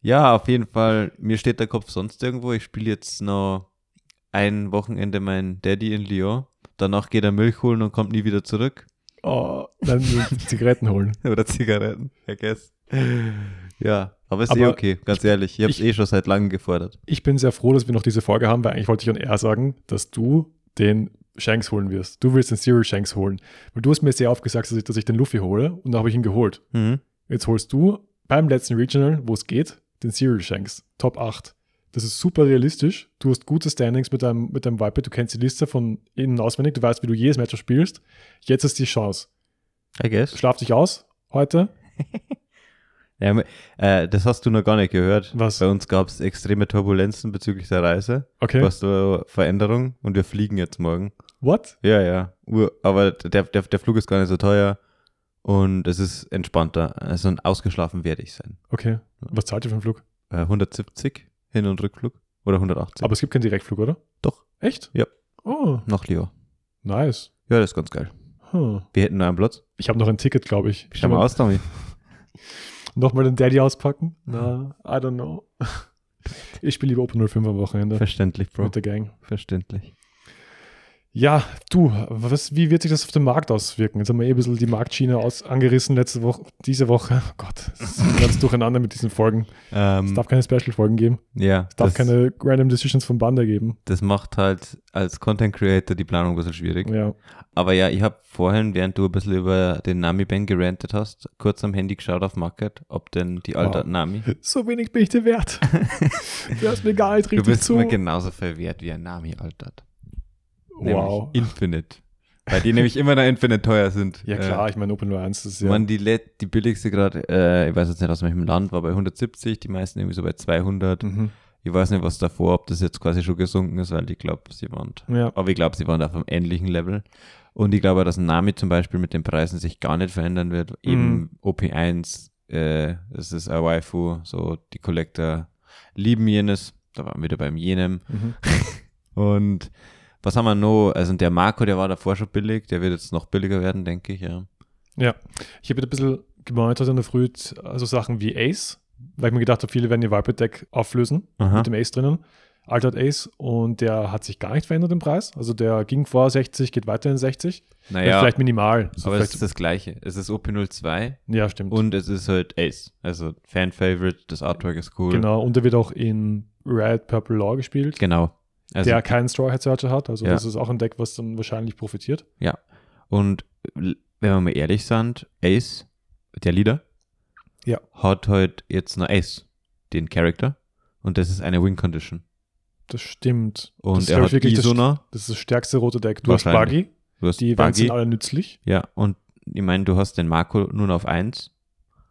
[SPEAKER 1] Ja, auf jeden Fall, mir steht der Kopf sonst irgendwo. Ich spiele jetzt noch ein Wochenende mein Daddy in Lyon. Danach geht er Milch holen und kommt nie wieder zurück.
[SPEAKER 2] Oh, dann Zigaretten holen.
[SPEAKER 1] Oder Zigaretten, I guess. Ja, aber ist eh
[SPEAKER 2] Aber
[SPEAKER 1] okay, ganz ehrlich. Ich habe es
[SPEAKER 2] ich-
[SPEAKER 1] eh schon seit langem gefordert.
[SPEAKER 2] Ich bin sehr froh, dass wir noch diese Folge haben, weil eigentlich wollte ich an R sagen, dass du den Shanks holen wirst. Du willst den Zero Shanks holen. Weil du hast mir sehr oft gesagt, dass ich, dass ich den Luffy hole und da habe ich ihn geholt.
[SPEAKER 1] Mhm.
[SPEAKER 2] Jetzt holst du beim letzten Regional, wo es geht, den Serial Shanks, Top 8. Das ist super realistisch. Du hast gute Standings mit deinem, mit deinem Viper. Du kennst die Liste von innen auswendig. Du weißt, wie du jedes Matchup spielst. Jetzt ist die Chance.
[SPEAKER 1] I guess.
[SPEAKER 2] Schlaf dich aus heute.
[SPEAKER 1] Ja, mi- äh, das hast du noch gar nicht gehört.
[SPEAKER 2] Was?
[SPEAKER 1] Bei uns gab es extreme Turbulenzen bezüglich der Reise.
[SPEAKER 2] Okay.
[SPEAKER 1] Was zur Veränderung und wir fliegen jetzt morgen.
[SPEAKER 2] What?
[SPEAKER 1] Ja, ja. Ur- Aber der, der, der Flug ist gar nicht so teuer und es ist entspannter. Also ausgeschlafen werde ich sein.
[SPEAKER 2] Okay. Was zahlt ihr für den Flug?
[SPEAKER 1] Äh, 170 Hin- und Rückflug oder 180
[SPEAKER 2] Aber es gibt keinen Direktflug, oder?
[SPEAKER 1] Doch.
[SPEAKER 2] Echt?
[SPEAKER 1] Ja.
[SPEAKER 2] Oh,
[SPEAKER 1] nach Lyon.
[SPEAKER 2] nice.
[SPEAKER 1] Ja, das ist ganz geil.
[SPEAKER 2] Hm.
[SPEAKER 1] Wir hätten nur einen Platz.
[SPEAKER 2] Ich habe noch ein Ticket, glaube ich.
[SPEAKER 1] Schau mal aus, Tommy.
[SPEAKER 2] Nochmal den Daddy auspacken? Na, I don't know. Ich spiele lieber Open 05 am Wochenende
[SPEAKER 1] Verständlich, Bro.
[SPEAKER 2] mit der Gang.
[SPEAKER 1] Verständlich.
[SPEAKER 2] Ja, du, was, wie wird sich das auf den Markt auswirken? Jetzt haben wir eh ein bisschen die Marktschiene aus, angerissen letzte Woche, diese Woche. Oh Gott, es ist ganz durcheinander mit diesen Folgen. Es
[SPEAKER 1] Ähm,
[SPEAKER 2] darf keine Special-Folgen geben.
[SPEAKER 1] ja,
[SPEAKER 2] Es darf
[SPEAKER 1] das,
[SPEAKER 2] keine Random Decisions von Banda geben.
[SPEAKER 1] das macht halt als Content Creator die Planung ein bisschen schwierig.
[SPEAKER 2] Ja,
[SPEAKER 1] Aber ja, ich habe vorhin, während du ein bisschen über den Nami-Ban gerantet hast, kurz am Handy geschaut auf Market, ob denn die alte
[SPEAKER 2] Wow.
[SPEAKER 1] Nami.
[SPEAKER 2] so wenig bin ich dir wert. du hast mir gar nicht
[SPEAKER 1] Du
[SPEAKER 2] richtig
[SPEAKER 1] bist
[SPEAKER 2] zu.
[SPEAKER 1] mir genauso verwehrt, wie ein Nami altert.
[SPEAKER 2] Wow.
[SPEAKER 1] Nämlich Infinite. Weil die nämlich immer noch Infinite teuer sind.
[SPEAKER 2] Ja klar, ich meine Open 01 ist
[SPEAKER 1] Äh,
[SPEAKER 2] ja.
[SPEAKER 1] Man, die, let- die billigste gerade, äh, ich weiß jetzt nicht aus welchem Land, war bei 170, die meisten irgendwie so bei 200.
[SPEAKER 2] Mhm.
[SPEAKER 1] Ich weiß nicht, was davor, ob das jetzt quasi schon gesunken ist, weil ich glaube, sie waren,
[SPEAKER 2] Ja,
[SPEAKER 1] aber ich glaube, sie waren auf einem ähnlichen Level. Und ich glaube, dass Nami zum Beispiel mit den Preisen sich gar nicht verändern
[SPEAKER 2] Mhm.
[SPEAKER 1] wird. Eben OP1, äh, das ist ein Waifu, so die Collector lieben jenes. Da waren wir wieder beim jenem.
[SPEAKER 2] mhm.
[SPEAKER 1] Und was haben wir noch? Also der Marco, der war davor schon billig, der wird jetzt noch billiger werden, denke ich, ja.
[SPEAKER 2] ja. Ich habe ein bisschen gemeint heute in der Früh, also Sachen wie Ace, weil ich mir gedacht habe, viele werden ihr Viper-Deck auflösen.
[SPEAKER 1] Aha.
[SPEAKER 2] mit dem Ace drinnen. Altert Ace und der hat sich gar nicht verändert im Preis. Also der ging vor 60, geht weiter in 60. Ja,
[SPEAKER 1] Naja,
[SPEAKER 2] vielleicht minimal. So
[SPEAKER 1] aber es ist
[SPEAKER 2] vielleicht,
[SPEAKER 1] das Gleiche. Es ist OP02
[SPEAKER 2] ja, stimmt.
[SPEAKER 1] und es ist halt Ace. Also Fan-Favorite, das Artwork ist cool.
[SPEAKER 2] Genau, und der wird auch in Red Purple Law gespielt,
[SPEAKER 1] Genau. Also,
[SPEAKER 2] der keinen Straw Hat Searcher hat. Also
[SPEAKER 1] Ja.
[SPEAKER 2] das ist auch ein Deck, was dann wahrscheinlich profitiert.
[SPEAKER 1] Und l- wenn wir mal ehrlich sind, Ace, der Leader,
[SPEAKER 2] Ja.
[SPEAKER 1] hat halt jetzt noch Ace, den Charakter. Und das ist eine Win-Condition.
[SPEAKER 2] Das stimmt.
[SPEAKER 1] Und
[SPEAKER 2] das
[SPEAKER 1] er
[SPEAKER 2] glaub
[SPEAKER 1] hat
[SPEAKER 2] wirklich das,
[SPEAKER 1] Isona,
[SPEAKER 2] das ist das stärkste rote Deck. Du hast
[SPEAKER 1] Wahrscheinlich.
[SPEAKER 2] Buggy,
[SPEAKER 1] du hast
[SPEAKER 2] die Events
[SPEAKER 1] Buggy.
[SPEAKER 2] sind alle nützlich.
[SPEAKER 1] Ja, und ich meine, du hast den Marco nun auf 1.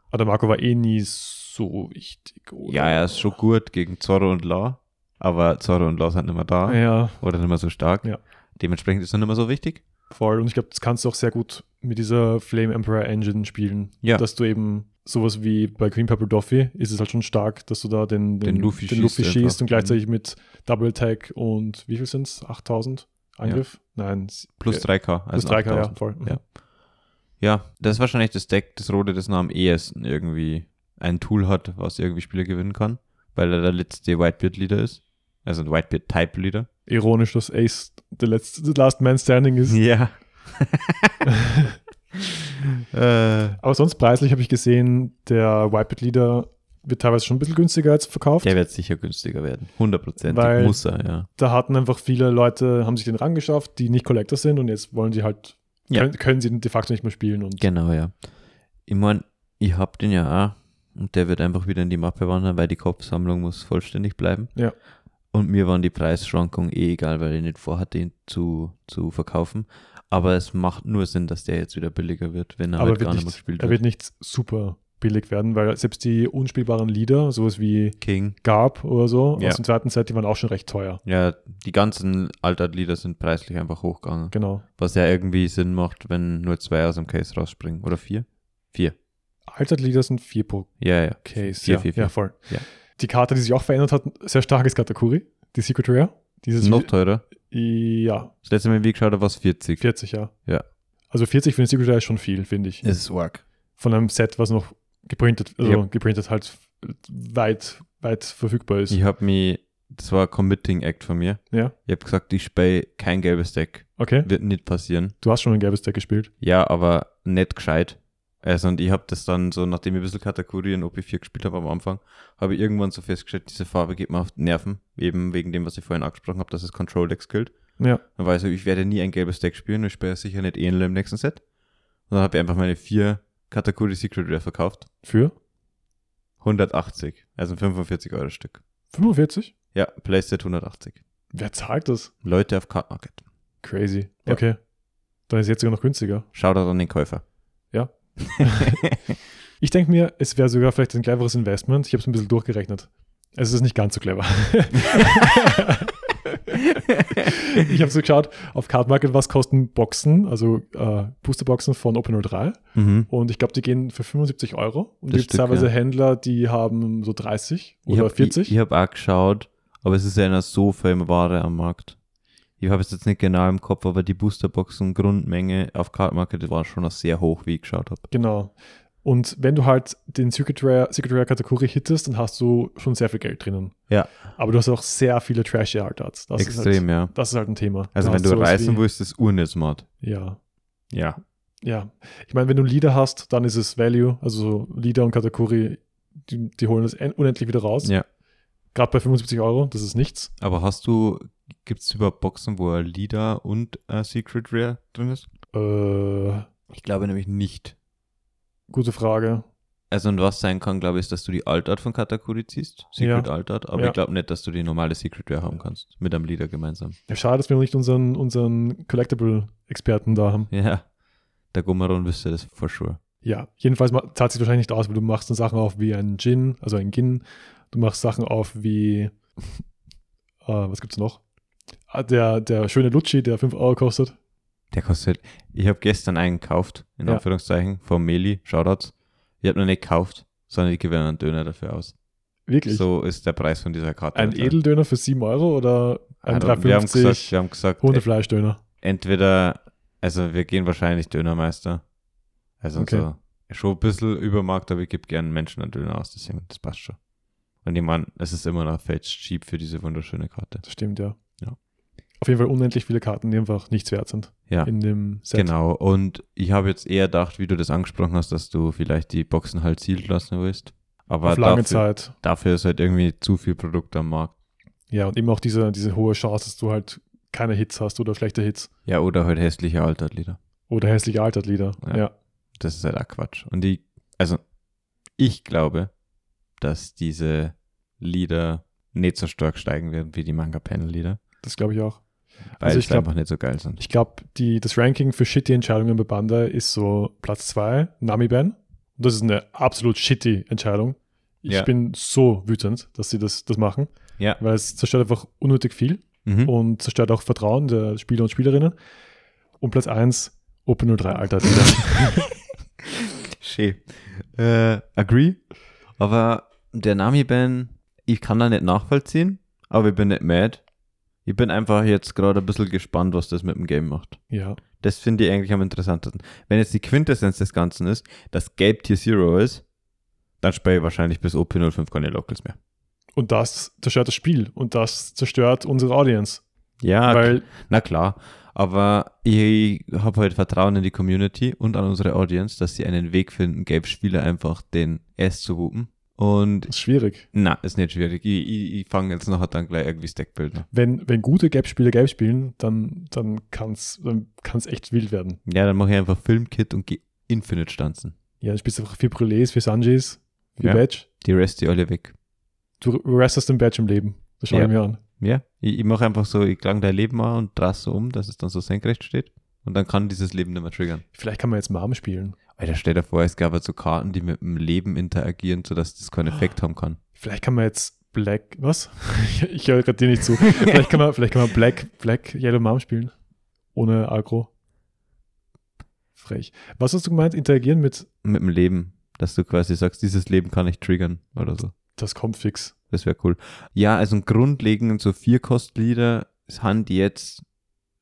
[SPEAKER 2] Aber der Marco war eh nie so wichtig. Oder?
[SPEAKER 1] Ja, er ist schon gut gegen Zorro und Law. Aber Zorro und Law sind nicht mehr da.
[SPEAKER 2] Ja,
[SPEAKER 1] Oder nicht mehr so stark.
[SPEAKER 2] Ja.
[SPEAKER 1] Dementsprechend ist er nicht mehr so wichtig.
[SPEAKER 2] voll. Und ich glaube, das kannst du auch sehr gut mit dieser Flame Emperor Engine spielen.
[SPEAKER 1] Ja.
[SPEAKER 2] Dass du eben sowas wie bei Queen Purple Doffy ist es halt schon stark, dass du da den,
[SPEAKER 1] Den Luffy
[SPEAKER 2] den
[SPEAKER 1] schießt
[SPEAKER 2] Luffy
[SPEAKER 1] einfach. Mhm.
[SPEAKER 2] schießt und gleichzeitig mit Double Attack und wie viel sind es? 8000 Angriff? Nein, s-
[SPEAKER 1] Plus
[SPEAKER 2] äh,
[SPEAKER 1] 3K.
[SPEAKER 2] plus
[SPEAKER 1] Also
[SPEAKER 2] 3K, ja,
[SPEAKER 1] 8000.
[SPEAKER 2] voll. Mhm.
[SPEAKER 1] Ja. Ja, das ist wahrscheinlich das Deck, das Rote, das noch am ehesten irgendwie ein Tool hat, was irgendwie Spieler gewinnen kann, weil er der letzte Whitebeard-Leader ist. Also ein Whitebeard-Type-Leader.
[SPEAKER 2] Ironisch, dass Ace der letzte, the Last Man Standing ist.
[SPEAKER 1] Ja. äh,
[SPEAKER 2] Aber sonst preislich habe ich gesehen, der Whitebeard Leader wird teilweise schon ein bisschen günstiger jetzt verkauft.
[SPEAKER 1] der wird sicher günstiger werden. 100%.
[SPEAKER 2] Weil-
[SPEAKER 1] Muss er, ja.
[SPEAKER 2] Da hatten einfach viele Leute, haben sich den Rang geschafft, die nicht Collector sind und jetzt wollen sie halt,
[SPEAKER 1] Ja.
[SPEAKER 2] können, können sie den de facto nicht mehr spielen. Und
[SPEAKER 1] Genau, ja. Ich meine, ich hab den ja auch und der wird einfach wieder in die Mappe wandern, weil die Kopfsammlung muss vollständig bleiben.
[SPEAKER 2] Ja.
[SPEAKER 1] Und mir waren die Preisschwankungen eh egal, weil ich nicht vorhatte, ihn zu, zu verkaufen. Aber es macht nur Sinn, dass der jetzt wieder billiger wird, wenn er
[SPEAKER 2] aber
[SPEAKER 1] halt gar
[SPEAKER 2] wird
[SPEAKER 1] nicht mehr
[SPEAKER 2] nicht,
[SPEAKER 1] gespielt
[SPEAKER 2] er
[SPEAKER 1] wird.
[SPEAKER 2] wird nicht super billig werden, weil selbst die unspielbaren Leader, sowas wie
[SPEAKER 1] King.
[SPEAKER 2] Garb oder so
[SPEAKER 1] Ja.
[SPEAKER 2] aus dem zweiten Set, die waren auch schon recht teuer.
[SPEAKER 1] Ja, die ganzen Altart-Lieder sind preislich einfach hochgegangen.
[SPEAKER 2] Genau.
[SPEAKER 1] Was ja irgendwie Sinn macht, wenn nur zwei aus dem Case rausspringen. Oder vier? Vier.
[SPEAKER 2] Altered Leader sind 4 pro
[SPEAKER 1] Ja, ja.
[SPEAKER 2] Case.
[SPEAKER 1] Vier,
[SPEAKER 2] ja,
[SPEAKER 1] vier, vier.
[SPEAKER 2] ja, voll.
[SPEAKER 1] Ja.
[SPEAKER 2] Die Karte, die sich auch verändert hat, sehr stark ist Katakuri, die Secret Rare. Dieses
[SPEAKER 1] Noch teurer.
[SPEAKER 2] ja,
[SPEAKER 1] Das letzte Mal, wie ich geschaut habe, war es 40.
[SPEAKER 2] 40, ja.
[SPEAKER 1] Ja.
[SPEAKER 2] Also 40 für den Secret Rare ist schon viel, finde ich.
[SPEAKER 1] Das ist arg.
[SPEAKER 2] Von einem Set, was noch geprintet, also
[SPEAKER 1] Ja.
[SPEAKER 2] geprintet halt weit, weit verfügbar ist.
[SPEAKER 1] Ich habe mich, das war ein Committing Act von mir.
[SPEAKER 2] Ja.
[SPEAKER 1] Ich habe gesagt, ich spei kein gelbes Deck.
[SPEAKER 2] Okay.
[SPEAKER 1] Wird nicht passieren.
[SPEAKER 2] Du hast schon ein gelbes Deck gespielt.
[SPEAKER 1] Ja, aber nicht gescheit. Also, und ich habe das dann so, nachdem ich ein bisschen Katakuri und OP4 gespielt habe am Anfang, habe ich irgendwann so festgestellt, diese Farbe geht mir auf die Nerven. Eben wegen dem, was ich vorhin angesprochen habe, dass es Control Decks gilt.
[SPEAKER 2] Ja.
[SPEAKER 1] Dann war ich so, ich werde nie ein gelbes Deck spielen und ich spiele sicher nicht Ähnle im nächsten Set. Und dann habe ich einfach meine vier Katakuri Secret Rare verkauft.
[SPEAKER 2] Für
[SPEAKER 1] 180. Also 45 Euro Stück.
[SPEAKER 2] 45?
[SPEAKER 1] Ja, Playset 180.
[SPEAKER 2] Wer zahlt das?
[SPEAKER 1] Leute auf Card Market.
[SPEAKER 2] Crazy.
[SPEAKER 1] Ja.
[SPEAKER 2] Okay. Dann ist jetzt sogar noch günstiger.
[SPEAKER 1] Shoutout an den Käufer.
[SPEAKER 2] Ja. Ich denke mir, es wäre sogar vielleicht ein cleveres Investment. Ich habe es ein bisschen durchgerechnet. Es ist nicht ganz so clever. ich habe so geschaut auf Card Market, was kosten Boxen, also äh, Boosterboxen von Open 03.
[SPEAKER 1] mhm.
[SPEAKER 2] Und ich glaube, die gehen für 75 Euro. Und
[SPEAKER 1] Das
[SPEAKER 2] es gibt
[SPEAKER 1] Stück,
[SPEAKER 2] teilweise
[SPEAKER 1] ja.
[SPEAKER 2] Händler, die haben so 30 oder
[SPEAKER 1] ich hab,
[SPEAKER 2] 40.
[SPEAKER 1] Ich, ich habe auch geschaut, aber es ist ja einer so viel Ware am Markt. Ich habe es jetzt nicht genau im Kopf, aber die Boosterboxen Grundmenge auf Card Market war schon noch sehr hoch, wie ich geschaut habe.
[SPEAKER 2] Genau. Und wenn du halt den Secret Rare, Secret Rare Kategorie hittest, dann hast du schon sehr viel Geld drinnen.
[SPEAKER 1] Ja.
[SPEAKER 2] Aber du hast auch sehr viele trashy Art Arts. Das Ist
[SPEAKER 1] Extrem,
[SPEAKER 2] halt,
[SPEAKER 1] ja.
[SPEAKER 2] das ist halt ein Thema.
[SPEAKER 1] Also wenn
[SPEAKER 2] hast
[SPEAKER 1] du
[SPEAKER 2] sowas
[SPEAKER 1] reißen
[SPEAKER 2] wie-
[SPEAKER 1] willst, ist Urnesmart.
[SPEAKER 2] Ja.
[SPEAKER 1] Ja.
[SPEAKER 2] Ja. Ich meine, wenn du Leader hast, dann ist es Value. Also so Leader und Kategorie, die, die holen das en- unendlich wieder raus.
[SPEAKER 1] Ja.
[SPEAKER 2] Gerade bei 75 Euro, das ist nichts.
[SPEAKER 1] Aber hast du, gibt es überhaupt Boxen, wo ein Leader und ein Secret Rare drin ist?
[SPEAKER 2] Äh,
[SPEAKER 1] Ich glaube nämlich nicht.
[SPEAKER 2] gute Frage.
[SPEAKER 1] Also und was sein kann, glaube ich, ist, dass du die Altart von Katakuri ziehst. Secret Altart. Aber
[SPEAKER 2] Ja.
[SPEAKER 1] ich glaube nicht, dass du die normale Secret Rare haben kannst. Mit einem Leader gemeinsam.
[SPEAKER 2] Ja, schade, dass wir noch nicht unseren, unseren Collectible-Experten da haben.
[SPEAKER 1] Ja, der Gummaron wüsste das for sure.
[SPEAKER 2] Ja, jedenfalls ma- zahlt sich wahrscheinlich nicht aus, weil du machst dann Sachen auf wie ein Gin, also ein Gin. Du machst Sachen auf wie, äh, was gibt's noch? Ah, Der, der schöne Lucci, der 5 Euro kostet.
[SPEAKER 1] Der kostet, ich habe gestern einen gekauft, in
[SPEAKER 2] Ja.
[SPEAKER 1] Anführungszeichen, vom Meli, Shoutouts. Ich habe noch nicht gekauft, sondern ich gewinne einen Döner dafür aus.
[SPEAKER 2] Wirklich?
[SPEAKER 1] So ist der Preis von dieser Karte.
[SPEAKER 2] ein Edeldöner für 7 Euro oder ein
[SPEAKER 1] Also, wir haben gesagt,
[SPEAKER 2] 3,50
[SPEAKER 1] wir haben gesagt e-
[SPEAKER 2] Hundefleischdöner?
[SPEAKER 1] entweder, also wir gehen wahrscheinlich Dönermeister. Also
[SPEAKER 2] Okay.
[SPEAKER 1] so, schon ein bisschen Übermarkt, aber ich gebe gerne Menschen einen Döner aus, deswegen, das passt schon. Und ich meine, es ist immer noch fetch cheap für diese wunderschöne Karte.
[SPEAKER 2] Das stimmt, ja.
[SPEAKER 1] Ja.
[SPEAKER 2] Auf jeden Fall unendlich viele Karten, die einfach nichts wert sind
[SPEAKER 1] Ja.
[SPEAKER 2] in dem Set.
[SPEAKER 1] Genau, und ich habe jetzt eher gedacht, wie du das angesprochen hast, dass du vielleicht die Boxen halt sealed lassen willst. Aber
[SPEAKER 2] Auf lange
[SPEAKER 1] dafür,
[SPEAKER 2] Zeit.
[SPEAKER 1] dafür ist halt irgendwie zu viel Produkt am Markt.
[SPEAKER 2] Ja, und eben auch diese, diese hohe Chance, dass du halt keine Hits hast oder schlechte Hits.
[SPEAKER 1] Ja, oder halt hässliche Altertlieder.
[SPEAKER 2] Oder hässlich gealtert Lieder.
[SPEAKER 1] Ja.
[SPEAKER 2] Ja.
[SPEAKER 1] Das ist halt auch Quatsch. Und die, also ich glaube, dass diese Lieder nicht so stark steigen werden wie die Manga-Panel-Lieder,
[SPEAKER 2] das glaube ich auch.
[SPEAKER 1] weil
[SPEAKER 2] Also ich
[SPEAKER 1] sie
[SPEAKER 2] glaub-
[SPEAKER 1] einfach nicht so geil sind.
[SPEAKER 2] Ich glaube, das Ranking für shitty Entscheidungen bei Banda ist so Platz 2, Namiben. Und das ist eine absolut shitty Entscheidung. Ich
[SPEAKER 1] Ja.
[SPEAKER 2] bin so wütend, dass sie das, das machen,
[SPEAKER 1] Ja.
[SPEAKER 2] weil es zerstört einfach unnötig viel
[SPEAKER 1] Mhm.
[SPEAKER 2] und zerstört auch Vertrauen der Spieler und Spielerinnen. Und Platz 1, Open 03 Alter. Lieder.
[SPEAKER 1] Schön. Äh, agree. Aber der Nami-Ban, ich kann da nicht nachvollziehen, aber ich bin nicht mad. Ich bin einfach jetzt gerade ein bisschen gespannt, was das mit dem Game macht.
[SPEAKER 2] ja,
[SPEAKER 1] Das finde ich eigentlich am interessantesten. Wenn jetzt die Quintessenz des Ganzen ist, dass Gelb Tier Zero ist, dann spiele ich wahrscheinlich bis OP05 keine Locals mehr.
[SPEAKER 2] und das zerstört das Spiel und das zerstört unsere Audience.
[SPEAKER 1] Ja,
[SPEAKER 2] Weil
[SPEAKER 1] na klar. Aber ich habe halt Vertrauen in die Community und an unsere Audience, dass sie einen Weg finden, Gelb-Spieler einfach den S zu wuppen. Und
[SPEAKER 2] das ist schwierig.
[SPEAKER 1] na, ist nicht schwierig. Ich, ich, ich fange jetzt nachher dann gleich irgendwie Stackbilder.
[SPEAKER 2] Wenn, wenn gute Gap-Spieler Gap spielen, dann, dann kann es dann kann's echt wild werden.
[SPEAKER 1] Ja, dann mache ich einfach Filmkit und gehe Infinite stanzen.
[SPEAKER 2] Ja, dann spielst du einfach vier Brûlés, vier Sanjis, vier
[SPEAKER 1] Ja.
[SPEAKER 2] Badge.
[SPEAKER 1] Die Rest die alle weg.
[SPEAKER 2] Du restest den Badge im Leben. Das schau
[SPEAKER 1] Ja.
[SPEAKER 2] ich mir an.
[SPEAKER 1] Ja, ich, ich mache einfach so, ich klang dein Leben an und drass so um, dass es dann so senkrecht steht. Und dann kann dieses Leben nicht mehr triggern.
[SPEAKER 2] Vielleicht kann man jetzt Mom spielen.
[SPEAKER 1] Alter, stell dir vor, es gab halt so Karten, die mit dem Leben interagieren, sodass das keinen Effekt haben kann.
[SPEAKER 2] Vielleicht kann man jetzt Black. Was? Ich- ich höre gerade dir nicht zu. vielleicht, kann man, vielleicht kann man Black, Black Yellow Mom spielen. Ohne Agro. Frech. Was hast du gemeint? Interagieren mit.
[SPEAKER 1] Mit dem Leben. Dass du quasi sagst, dieses Leben kann ich triggern oder so.
[SPEAKER 2] Das kommt fix.
[SPEAKER 1] Das wäre cool. Ja, also grundlegend so Vierkostlieder sind jetzt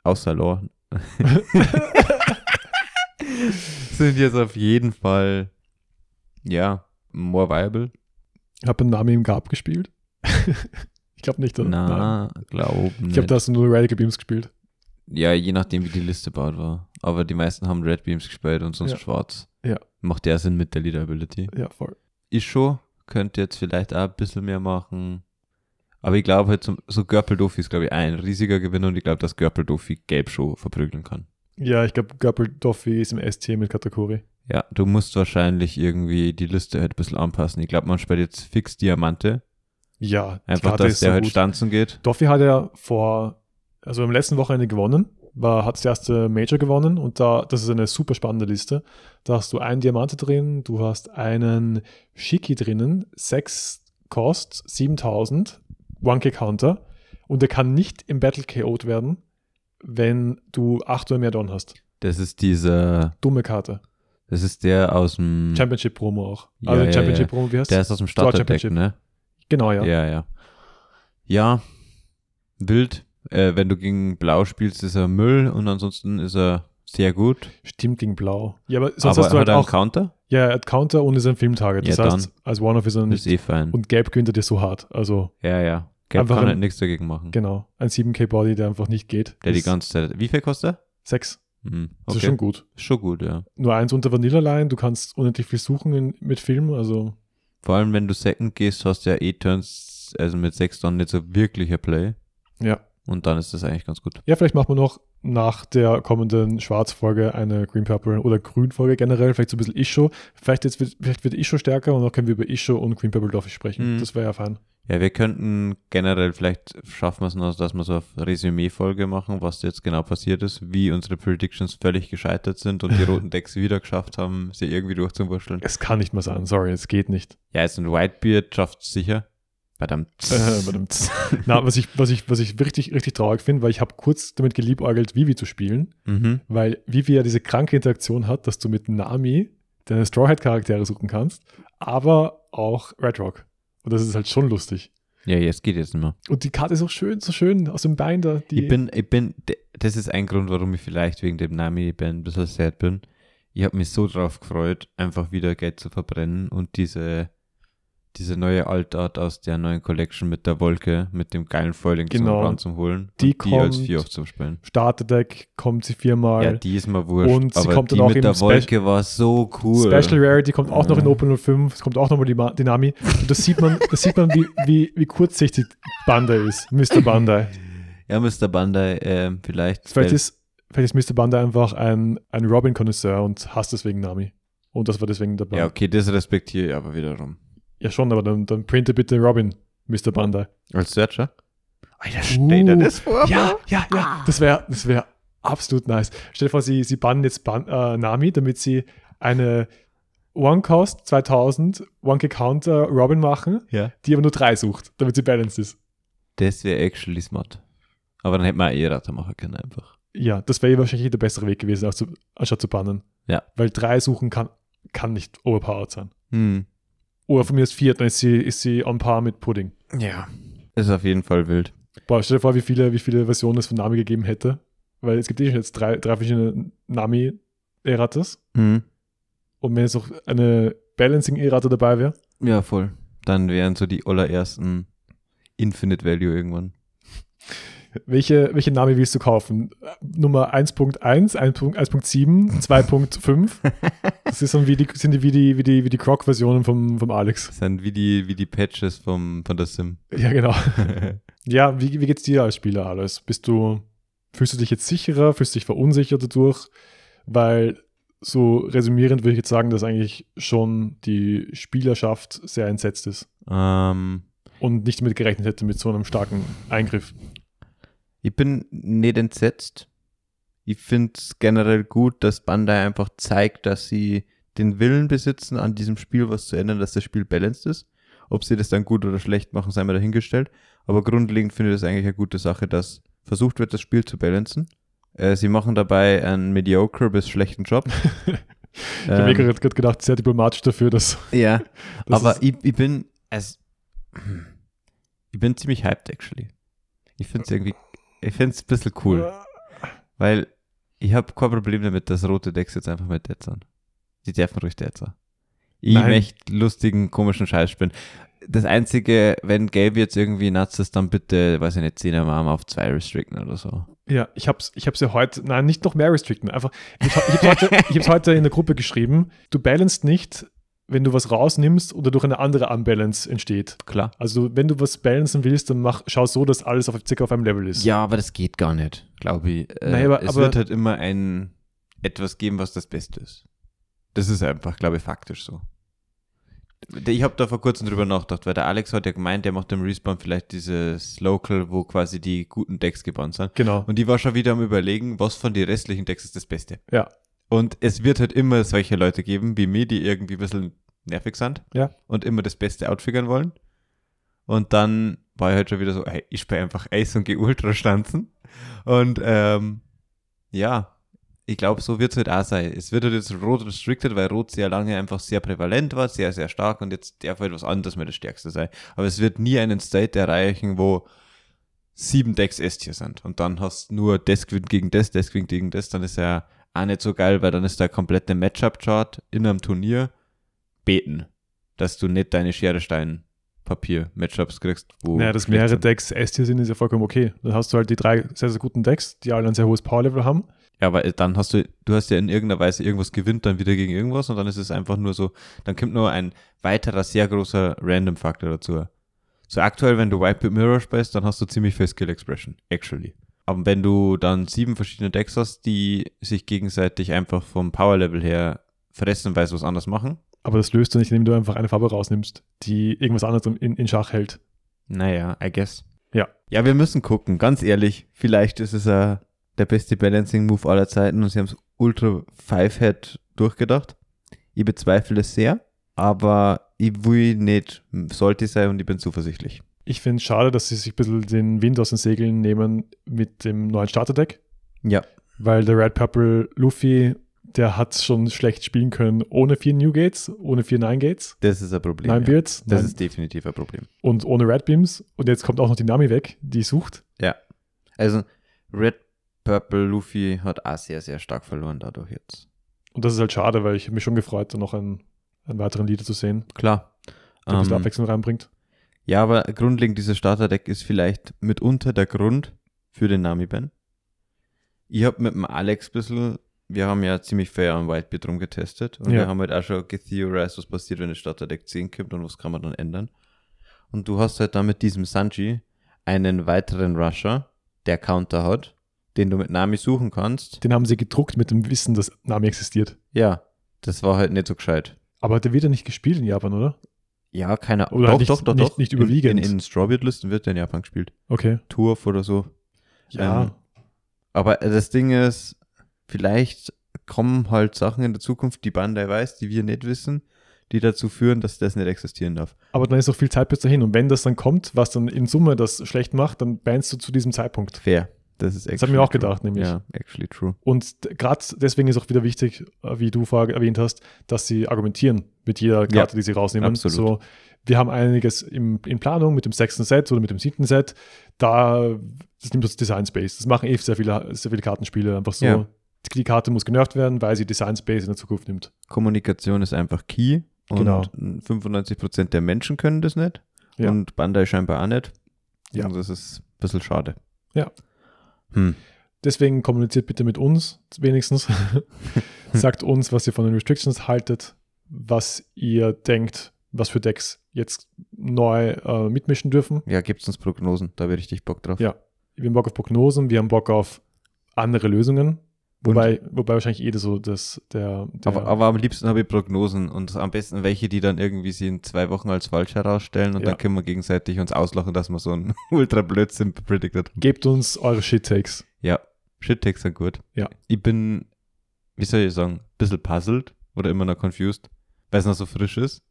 [SPEAKER 1] außer Lore. sind jetzt auf jeden Fall, ja, more viable.
[SPEAKER 2] Ich habe einen Nami im Gab gespielt. ich glaube nicht. oder? Nein.
[SPEAKER 1] Na, glauben.
[SPEAKER 2] Ich glaube, da hast du nur Radical Beams gespielt.
[SPEAKER 1] Ja, je nachdem, wie die Liste baut war. Aber die meisten haben Red Beams gespielt und sonst
[SPEAKER 2] Ja.
[SPEAKER 1] schwarz.
[SPEAKER 2] Ja.
[SPEAKER 1] Macht der Sinn mit der Leader Ability.
[SPEAKER 2] Ja, voll.
[SPEAKER 1] Isho könnte jetzt vielleicht auch ein bisschen mehr machen. Aber ich glaube halt, zum, so Görpel-Dofi ist, glaube ich, ein riesiger Gewinner und ich glaube, dass Görpel-Dofi gelb schon verprügeln kann.
[SPEAKER 2] Ja, ich glaube, Gabel Doffi ist im ST mit Katakuri.
[SPEAKER 1] Ja, du musst wahrscheinlich irgendwie die Liste halt ein bisschen anpassen. Ich glaube, man spielt jetzt fix Diamante.
[SPEAKER 2] Ja, die
[SPEAKER 1] Einfach,
[SPEAKER 2] Karte
[SPEAKER 1] dass
[SPEAKER 2] ist
[SPEAKER 1] der
[SPEAKER 2] so
[SPEAKER 1] halt
[SPEAKER 2] gut.
[SPEAKER 1] stanzen geht.
[SPEAKER 2] Doffi hat ja vor, also am letzten Wochenende gewonnen, war, hat das erste Major gewonnen und da, das ist eine super spannende Liste. Da hast du einen Diamante drin, du hast einen Shiki drinnen, 6 Cost, 7000, 1K Counter und der kann nicht im Battle KO'd werden, wenn du 8 oder mehr Don hast.
[SPEAKER 1] Das ist dieser,
[SPEAKER 2] Dumme Karte.
[SPEAKER 1] das ist der aus dem,
[SPEAKER 2] Championship Promo auch.
[SPEAKER 1] Hm. Ja,
[SPEAKER 2] also
[SPEAKER 1] ja,
[SPEAKER 2] Championship Promo, wie heißt
[SPEAKER 1] der ist aus dem Starterdeck,
[SPEAKER 2] Championship.
[SPEAKER 1] ne?
[SPEAKER 2] Genau, ja.
[SPEAKER 1] Ja, ja. Ja, wild. Äh, wenn du gegen Blau spielst, ist er Müll und ansonsten ist er sehr gut.
[SPEAKER 2] Stimmt gegen Blau. Ja, aber sonst
[SPEAKER 1] aber
[SPEAKER 2] hast du
[SPEAKER 1] hat
[SPEAKER 2] halt
[SPEAKER 1] er einen
[SPEAKER 2] auch.
[SPEAKER 1] Counter?
[SPEAKER 2] Ja, er hat Counter und ist ein Filmtarget. Das
[SPEAKER 1] Ja,
[SPEAKER 2] heißt, als One-Off ist er nicht
[SPEAKER 1] Ist eh fein.
[SPEAKER 2] Und Gelb gewinnt er dir so hart. Also,
[SPEAKER 1] ja, ja. Gelb
[SPEAKER 2] Einfach
[SPEAKER 1] kann
[SPEAKER 2] ein-
[SPEAKER 1] halt nichts dagegen machen.
[SPEAKER 2] genau. Ein 7K-Body, der einfach nicht geht.
[SPEAKER 1] Der die
[SPEAKER 2] ist
[SPEAKER 1] ganze Zeit. Wie viel kostet er?
[SPEAKER 2] Sechs.
[SPEAKER 1] Hm,
[SPEAKER 2] Das
[SPEAKER 1] okay.
[SPEAKER 2] ist schon gut.
[SPEAKER 1] schon gut, ja.
[SPEAKER 2] Nur eins unter Vanilla Line. Du kannst unendlich viel suchen in, mit Filmen. Also,
[SPEAKER 1] Vor allem, wenn du Second gehst, hast du ja eh Turns, also mit 6 dann nicht so wirklicher Play.
[SPEAKER 2] ja.
[SPEAKER 1] Und dann ist das eigentlich ganz gut.
[SPEAKER 2] Ja, vielleicht machen wir noch nach der kommenden Schwarz-Folge eine Green-Purple oder Grün-Folge generell. Vielleicht so ein bisschen Isho. Vielleicht, jetzt wird, vielleicht wird Isho stärker und dann können wir über Isho und Green-Purple Dorf sprechen.
[SPEAKER 1] Mhm.
[SPEAKER 2] Das wäre ja fein.
[SPEAKER 1] Ja, wir könnten generell, vielleicht schaffen wir es noch, dass wir so eine Resümee-Folge machen, was jetzt genau passiert ist, wie unsere Predictions völlig gescheitert sind und die roten Decks wieder geschafft haben, sie irgendwie durchzuwurscheln.
[SPEAKER 2] Es kann nicht mehr sein. Sorry, es geht nicht.
[SPEAKER 1] Ja, jetzt ein Whitebeard schafft es sicher. Verdammt.
[SPEAKER 2] Äh, verdammt. Na, was ich, was ich, was ich richtig, richtig traurig finde, weil ich habe kurz damit geliebäugelt, Vivi zu spielen.
[SPEAKER 1] Mhm.
[SPEAKER 2] weil Vivi ja diese kranke Interaktion hat, dass du mit Nami deine Strawhead-Charaktere suchen kannst, aber auch Red Rock. Und das ist halt schon lustig.
[SPEAKER 1] Ja, jetzt geht jetzt nicht mehr.
[SPEAKER 2] Und die Karte ist auch schön, so schön aus dem Binder. Die
[SPEAKER 1] Ich bin, ich bin, d- das ist ein Grund, warum ich vielleicht wegen dem Nami ein bisschen sad bin. Ich habe mich so drauf gefreut, einfach wieder Geld zu verbrennen und diese, diese neue Altart aus der neuen Collection mit der Wolke, mit dem geilen Foiling
[SPEAKER 2] Genau.
[SPEAKER 1] zum zu holen
[SPEAKER 2] Die
[SPEAKER 1] und die als
[SPEAKER 2] kommt-
[SPEAKER 1] Vier zu spielen.
[SPEAKER 2] Starterdeck, kommt sie viermal.
[SPEAKER 1] Ja, die ist mir wurscht.
[SPEAKER 2] Und sie
[SPEAKER 1] aber
[SPEAKER 2] kommt
[SPEAKER 1] die
[SPEAKER 2] dann auch
[SPEAKER 1] mit
[SPEAKER 2] im
[SPEAKER 1] der
[SPEAKER 2] Spe-
[SPEAKER 1] Wolke war so cool.
[SPEAKER 2] Special Rarity kommt auch noch in
[SPEAKER 1] Mhm.
[SPEAKER 2] Open 05, es kommt auch nochmal die Ma- die Nami. Und das sieht man, das sieht man wie, wie, wie kurzsichtig Bandai ist, Mr. Bandai.
[SPEAKER 1] Ja, Mr. Bandai, ähm, vielleicht.
[SPEAKER 2] Vielleicht ist, Vielleicht ist Mr. Banda einfach ein, ein Robin-Konnoisseur und hasst deswegen Nami. Und das war deswegen dabei.
[SPEAKER 1] Ja, okay, das respektiere ich aber wiederum.
[SPEAKER 2] Ja, schon, aber dann, dann printe bitte Robin, Mr. Banda.
[SPEAKER 1] Als Searcher? Alter,
[SPEAKER 2] Uh,
[SPEAKER 1] stell dir das vor.
[SPEAKER 2] Ja, ja, ja. Ah. Das wäre das wär absolut nice. Stell dir vor, sie, sie bannen jetzt ban äh, Nami, damit sie eine One-Cost 2000 One-Counter Robin machen,
[SPEAKER 1] Ja.
[SPEAKER 2] die aber nur drei sucht, damit sie balanced ist.
[SPEAKER 1] Das wäre actually smart. Aber dann hätten wir auch eh Ratter machen können einfach.
[SPEAKER 2] Ja, das wäre wahrscheinlich der bessere Weg gewesen, auch zu, anstatt zu bannen.
[SPEAKER 1] Ja.
[SPEAKER 2] Weil drei suchen kann, kann nicht overpowered sein.
[SPEAKER 1] Hm.
[SPEAKER 2] Oder von mir ist vier, dann ist sie, ist sie on par mit Pudding.
[SPEAKER 1] Ja. Ist auf jeden Fall wild.
[SPEAKER 2] Boah, stell dir vor, wie viele, wie viele Versionen es von Nami gegeben hätte. Weil es gibt eh schon jetzt drei, drei verschiedene Nami-Erratas.
[SPEAKER 1] Hm.
[SPEAKER 2] Und wenn jetzt noch eine Balancing-Errate dabei wäre,
[SPEAKER 1] Ja, voll. Dann wären so die allerersten Infinite Value irgendwann.
[SPEAKER 2] welche, welche Nami willst du kaufen? Nummer 1.1, 1.7, 2.5. Das ist dann wie die, sind die, wie die, wie die, wie die Croc-Versionen vom, vom Alex.
[SPEAKER 1] Das sind wie die, wie die Patches vom, von der Sim.
[SPEAKER 2] Ja, genau.
[SPEAKER 1] ich
[SPEAKER 2] Ja, wie, wie geht's dir als Spieler, Alois? Bist du, fühlst du dich jetzt sicherer, fühlst du dich verunsichert dadurch? Weil so resümierend würde ich jetzt sagen, dass eigentlich schon die Spielerschaft sehr entsetzt ist
[SPEAKER 1] ähm,
[SPEAKER 2] und nicht damit gerechnet hätte mit so einem starken Eingriff.
[SPEAKER 1] ich bin nicht entsetzt. Ich finde es generell gut, dass Bandai einfach zeigt, dass sie den Willen besitzen, an diesem Spiel was zu ändern, dass das Spiel balanced ist. Ob sie das dann gut oder schlecht machen, sei mal dahingestellt. Aber grundlegend finde ich das eigentlich eine gute Sache, dass versucht wird, das Spiel zu balancen. Äh, sie machen dabei einen mediocre bis schlechten Job.
[SPEAKER 2] Ich habe mir gerade gerade gedacht, sehr diplomatisch dafür, dass
[SPEAKER 1] ja,
[SPEAKER 2] Das
[SPEAKER 1] Ähm. aber
[SPEAKER 2] ist-
[SPEAKER 1] ich, ich bin, es, ich bin ziemlich hyped, actually. Ich finde es irgendwie, ich finde es ein bisschen cool, weil ich habe kein Problem damit, dass rote Decks jetzt einfach mit Dead sind. Die dürfen ruhig Dead sein. Ich
[SPEAKER 2] Nein.
[SPEAKER 1] möchte lustigen, komischen Scheiß spielen. Das Einzige, wenn Gelb jetzt irgendwie nuts ist, dann bitte, weiß ich nicht, 10 am Arm auf 2 restricten oder so.
[SPEAKER 2] Ja, ich hab's, ich hab's ja heute, nein, nicht noch mehr restricten, einfach, ich, hab- ich, hab's heute, ich hab's heute in der Gruppe geschrieben, du balanced nicht, wenn du was rausnimmst oder durch eine andere Unbalance entsteht.
[SPEAKER 1] Klar.
[SPEAKER 2] Also wenn du was balancen willst, dann mach, schau so, dass alles auf, circa auf einem Level ist.
[SPEAKER 1] Ja, aber das geht gar nicht, glaube ich. Äh,
[SPEAKER 2] Nein, aber-
[SPEAKER 1] es
[SPEAKER 2] aber-
[SPEAKER 1] wird halt immer ein etwas geben, was das Beste ist. Das ist einfach, glaube ich, faktisch so. Ich habe da vor kurzem drüber nachgedacht, weil der Alex hat ja gemeint, der macht im Respawn vielleicht dieses Local, wo quasi die guten Decks gebannt sind.
[SPEAKER 2] Genau.
[SPEAKER 1] Und die war schon wieder am überlegen, was von den restlichen Decks ist das Beste.
[SPEAKER 2] Ja.
[SPEAKER 1] Und es wird halt immer solche Leute geben, wie mir, die irgendwie ein bisschen nervig sind
[SPEAKER 2] Ja.
[SPEAKER 1] und immer das Beste outfigern wollen. Und dann war ich halt schon wieder so, ey, ich spiele einfach Ace und gehe Ultra stanzen. Und ähm, ja, ich glaube, so wird es halt auch sein. Es wird halt jetzt Rot restricted, weil Rot sehr lange einfach sehr prävalent war, sehr, sehr stark und jetzt darf halt was anderes mehr das Stärkste sein. Aber es wird nie einen State erreichen, wo sieben Decks S hier sind und dann hast du nur das gewinnt gegen das, das gewinnt gegen das, dann ist ja auch nicht so geil, weil dann ist der komplette Matchup-Chart in einem Turnier beten, dass du nicht deine Schere Stein Papier Matchups kriegst, wo
[SPEAKER 2] Naja, dass
[SPEAKER 1] schlecht
[SPEAKER 2] mehrere
[SPEAKER 1] sind.
[SPEAKER 2] Decks S-Tier sind, ist ja vollkommen okay. Dann hast du halt die drei sehr, sehr guten Decks, die alle ein sehr hohes Power-Level haben.
[SPEAKER 1] Ja, aber dann hast du, du hast ja in irgendeiner Weise irgendwas gewinnt, dann wieder gegen irgendwas und dann ist es einfach nur so, dann kommt nur ein weiterer sehr großer Random-Faktor dazu. So aktuell, wenn du Whitebeard Mirror spielst, dann hast du ziemlich viel Skill Expression, actually. Aber wenn du dann sieben verschiedene Decks hast, die sich gegenseitig einfach vom Power-Level her fressen, weil sie was anders machen,
[SPEAKER 2] Aber das löst du nicht, indem du einfach eine Farbe rausnimmst, die irgendwas anderes in, in Schach hält.
[SPEAKER 1] naja, I guess.
[SPEAKER 2] Ja.
[SPEAKER 1] Ja, wir müssen gucken, ganz ehrlich, vielleicht ist es äh, der beste Balancing-Move aller Zeiten und sie haben es ultra five-head durchgedacht. Ich bezweifle es sehr, aber ich will nicht, sollte sein und ich bin zuversichtlich.
[SPEAKER 2] Ich finde es schade, dass sie sich ein bisschen den Wind aus den Segeln nehmen mit dem neuen Starter-Deck.
[SPEAKER 1] Ja.
[SPEAKER 2] Weil der Red Purple Luffy, der hat schon schlecht spielen können ohne vier New Gates, ohne vier Nine Gates,
[SPEAKER 1] Das ist ein Problem. ja.
[SPEAKER 2] Nine Beards
[SPEAKER 1] Das
[SPEAKER 2] Nine-
[SPEAKER 1] ist definitiv ein Problem.
[SPEAKER 2] und ohne Red Beams. Und jetzt kommt auch noch die Nami weg, die sucht.
[SPEAKER 1] Also Red Purple Luffy hat auch sehr, sehr stark verloren dadurch jetzt.
[SPEAKER 2] Und das ist halt schade, weil ich hab mich schon gefreut, da noch einen, einen weiteren Leader zu sehen,
[SPEAKER 1] Klar.
[SPEAKER 2] der ein bisschen
[SPEAKER 1] Ähm,
[SPEAKER 2] Abwechslung reinbringt.
[SPEAKER 1] Ja, aber grundlegend, dieses Starterdeck ist vielleicht mitunter der Grund für den Nami-Ban. Ich hab mit dem Alex ein bisschen, wir haben ja ziemlich fair am Whitebeard rumgetestet und
[SPEAKER 2] Ja.
[SPEAKER 1] wir haben halt auch schon getheorized, was passiert, wenn das Starterdeck 10 kommt und was kann man dann ändern. Und du hast halt dann mit diesem Sanji einen weiteren Rusher, der Counter hat, den du mit Nami suchen kannst.
[SPEAKER 2] Den haben sie gedruckt mit dem Wissen, dass Nami existiert.
[SPEAKER 1] Ja, das war halt nicht so gescheit.
[SPEAKER 2] Aber der wird ja nicht gespielt in Japan, oder?
[SPEAKER 1] Ja, keine Ahnung.
[SPEAKER 2] Oder halt nicht- nicht- nicht
[SPEAKER 1] In,
[SPEAKER 2] überwiegend.
[SPEAKER 1] in, in Strawbeard-Listen wird der in Japan gespielt.
[SPEAKER 2] Okay.
[SPEAKER 1] Turf oder so.
[SPEAKER 2] Ja.
[SPEAKER 1] Ähm, aber das Ding ist, vielleicht kommen halt Sachen in der Zukunft, die Bandai weiß, die wir nicht wissen, die dazu führen, dass das nicht existieren darf.
[SPEAKER 2] aber dann ist noch viel Zeit bis dahin. Und wenn das dann kommt, was dann in Summe das schlecht macht, dann bannst du zu diesem Zeitpunkt.
[SPEAKER 1] Fair. Das ist actually
[SPEAKER 2] Das haben wir auch
[SPEAKER 1] true.
[SPEAKER 2] gedacht, nämlich.
[SPEAKER 1] Ja, actually true.
[SPEAKER 2] Und gerade deswegen ist auch wieder wichtig, äh, wie du vorher erwähnt hast, dass sie argumentieren mit jeder Karte, die sie rausnehmen.
[SPEAKER 1] absolut.
[SPEAKER 2] So, wir haben einiges im, in Planung mit dem sechsten Set oder mit dem siebten Set. Da das nimmt uns Design Space. Das machen eh sehr viele, sehr viele Kartenspiele einfach so.
[SPEAKER 1] Ja.
[SPEAKER 2] Die Karte muss genervt werden, weil sie Design Space in der Zukunft nimmt.
[SPEAKER 1] Kommunikation ist einfach key. Und
[SPEAKER 2] Genau.
[SPEAKER 1] 95% der Menschen können das nicht.
[SPEAKER 2] Ja.
[SPEAKER 1] Und Bandai scheinbar auch nicht.
[SPEAKER 2] Ja.
[SPEAKER 1] Und das ist ein bisschen schade.
[SPEAKER 2] Ja.
[SPEAKER 1] Hm.
[SPEAKER 2] Deswegen kommuniziert bitte mit uns, wenigstens. Sagt uns, was ihr von den Restrictions haltet, was ihr denkt, was für Decks jetzt neu äh, mitmischen dürfen.
[SPEAKER 1] Ja, gibt's uns Prognosen. Da wäre richtig Bock drauf.
[SPEAKER 2] Ja. Wir haben Bock auf Prognosen, wir haben Bock auf andere Lösungen. Wobei, wobei wahrscheinlich jeder so das, der, der
[SPEAKER 1] Aber, aber am liebsten habe ich Prognosen und am besten welche, die dann irgendwie sie in zwei Wochen als falsch herausstellen und
[SPEAKER 2] Ja.
[SPEAKER 1] dann können wir gegenseitig uns auslachen, dass wir so einen ultra Blödsinn predicted haben.
[SPEAKER 2] gebt uns eure Shit-Takes.
[SPEAKER 1] Ja, Shit-Tags sind gut.
[SPEAKER 2] Ja.
[SPEAKER 1] Ich bin, wie soll ich sagen, ein bisschen puzzled oder immer noch confused, weil es noch so frisch ist.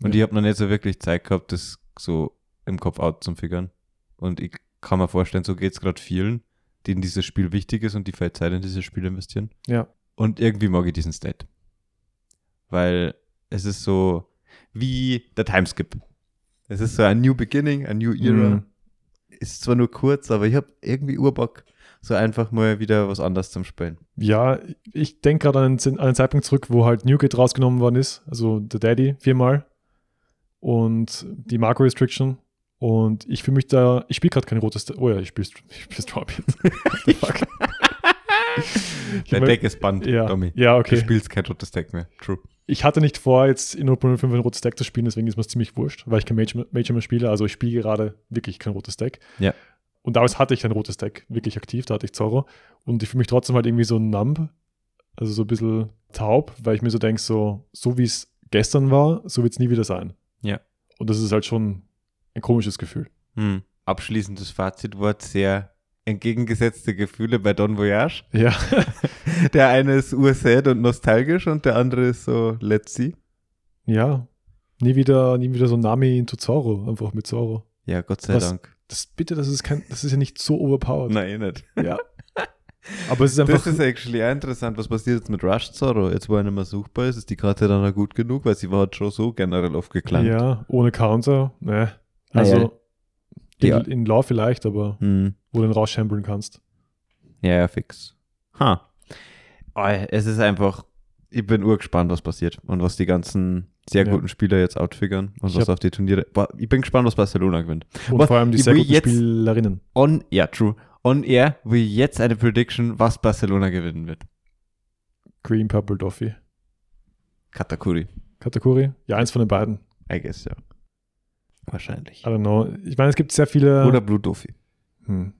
[SPEAKER 1] Und
[SPEAKER 2] Ja.
[SPEAKER 1] ich habe noch nicht so wirklich Zeit gehabt, das so im Kopf out zu figern. Und ich kann mir vorstellen, so geht's grad gerade vielen, denen dieses Spiel wichtig ist und die viel Zeit in dieses Spiel investieren.
[SPEAKER 2] Ja.
[SPEAKER 1] Und irgendwie mag ich diesen State. Weil es ist so wie der Timeskip. Es ist so ein New Beginning, ein New Era.
[SPEAKER 2] Mhm.
[SPEAKER 1] Ist zwar nur kurz, aber ich habe irgendwie Urbock, so einfach mal wieder was anderes zum Spielen.
[SPEAKER 2] Ja, ich denke gerade an, den- an einen Zeitpunkt zurück, wo halt New Kid rausgenommen worden ist, also der Daddy viermal und die Marco Restriction. Und ich fühle mich da, ich spiele gerade kein rotes, oh ja, ich spiele ich spiel Strawbeard. What the fuck? Ich
[SPEAKER 1] Dein
[SPEAKER 2] mein-
[SPEAKER 1] Deck ist Band,
[SPEAKER 2] ja,
[SPEAKER 1] Tommy.
[SPEAKER 2] ja,
[SPEAKER 1] Du
[SPEAKER 2] okay.
[SPEAKER 1] spielst kein rotes Deck mehr. True.
[SPEAKER 2] Ich hatte nicht vor, jetzt in 0.5 ein rotes Deck zu spielen, deswegen ist mir das ziemlich wurscht, weil ich kein Mage, Mage mehr spiele. Also ich spiele gerade wirklich kein rotes Deck.
[SPEAKER 1] Ja.
[SPEAKER 2] Und damals hatte ich ein rotes Deck wirklich aktiv, da hatte ich Zorro. Und ich fühle mich trotzdem halt irgendwie so numb, also so ein bisschen taub, weil ich mir so denke, so, so wie es gestern war, so wird es nie wieder sein.
[SPEAKER 1] Ja.
[SPEAKER 2] Und das ist halt schon ein komisches Gefühl.
[SPEAKER 1] Hm. Abschließendes Fazitwort, sehr entgegengesetzte Gefühle bei Don Voyage.
[SPEAKER 2] Ja.
[SPEAKER 1] Der eine ist ursad und nostalgisch und der andere ist so, let's see.
[SPEAKER 2] ja. Nie wieder, nie wieder so Nami into Zorro, einfach mit Zorro.
[SPEAKER 1] Ja, Gott sei
[SPEAKER 2] Was-
[SPEAKER 1] Dank.
[SPEAKER 2] Das, bitte, das ist kein, das ist ja nicht so overpowered.
[SPEAKER 1] Nein, eh nicht.
[SPEAKER 2] Ja. Aber es ist einfach.
[SPEAKER 1] Das ist actually auch interessant. Was passiert jetzt mit Rush Zorro? Jetzt, wo er nicht mehr suchbar ist, ist die Karte dann auch gut genug, weil sie war halt schon so generell aufgeklangt.
[SPEAKER 2] Ja, ohne Counter, ne.
[SPEAKER 1] Naja.
[SPEAKER 2] Also in,
[SPEAKER 1] Ah, Ja.
[SPEAKER 2] in Law vielleicht, aber
[SPEAKER 1] Hm.
[SPEAKER 2] wo du dann rausschambeln kannst.
[SPEAKER 1] Ja, ja, fix. Ha. Oh, es ist einfach, ich bin urgespannt, was passiert und was die ganzen sehr
[SPEAKER 2] Ja.
[SPEAKER 1] guten Spieler jetzt outfigern und
[SPEAKER 2] Ich
[SPEAKER 1] was
[SPEAKER 2] hab-
[SPEAKER 1] auf die Turniere. Boah, ich bin gespannt, was Barcelona gewinnt.
[SPEAKER 2] Und
[SPEAKER 1] Was?
[SPEAKER 2] vor allem die
[SPEAKER 1] Ich
[SPEAKER 2] sehr
[SPEAKER 1] will
[SPEAKER 2] guten
[SPEAKER 1] jetzt-
[SPEAKER 2] Spielerinnen.
[SPEAKER 1] On, ja, true. On air will jetzt eine Prediction, was Barcelona gewinnen wird.
[SPEAKER 2] Green, Purple, Doffy.
[SPEAKER 1] Katakuri,
[SPEAKER 2] Katakuri? Ja, eins von den beiden.
[SPEAKER 1] I guess, ja. Wahrscheinlich.
[SPEAKER 2] I don't know. Ich meine, es gibt sehr viele.
[SPEAKER 1] Oder Blue Dofi.
[SPEAKER 2] hm.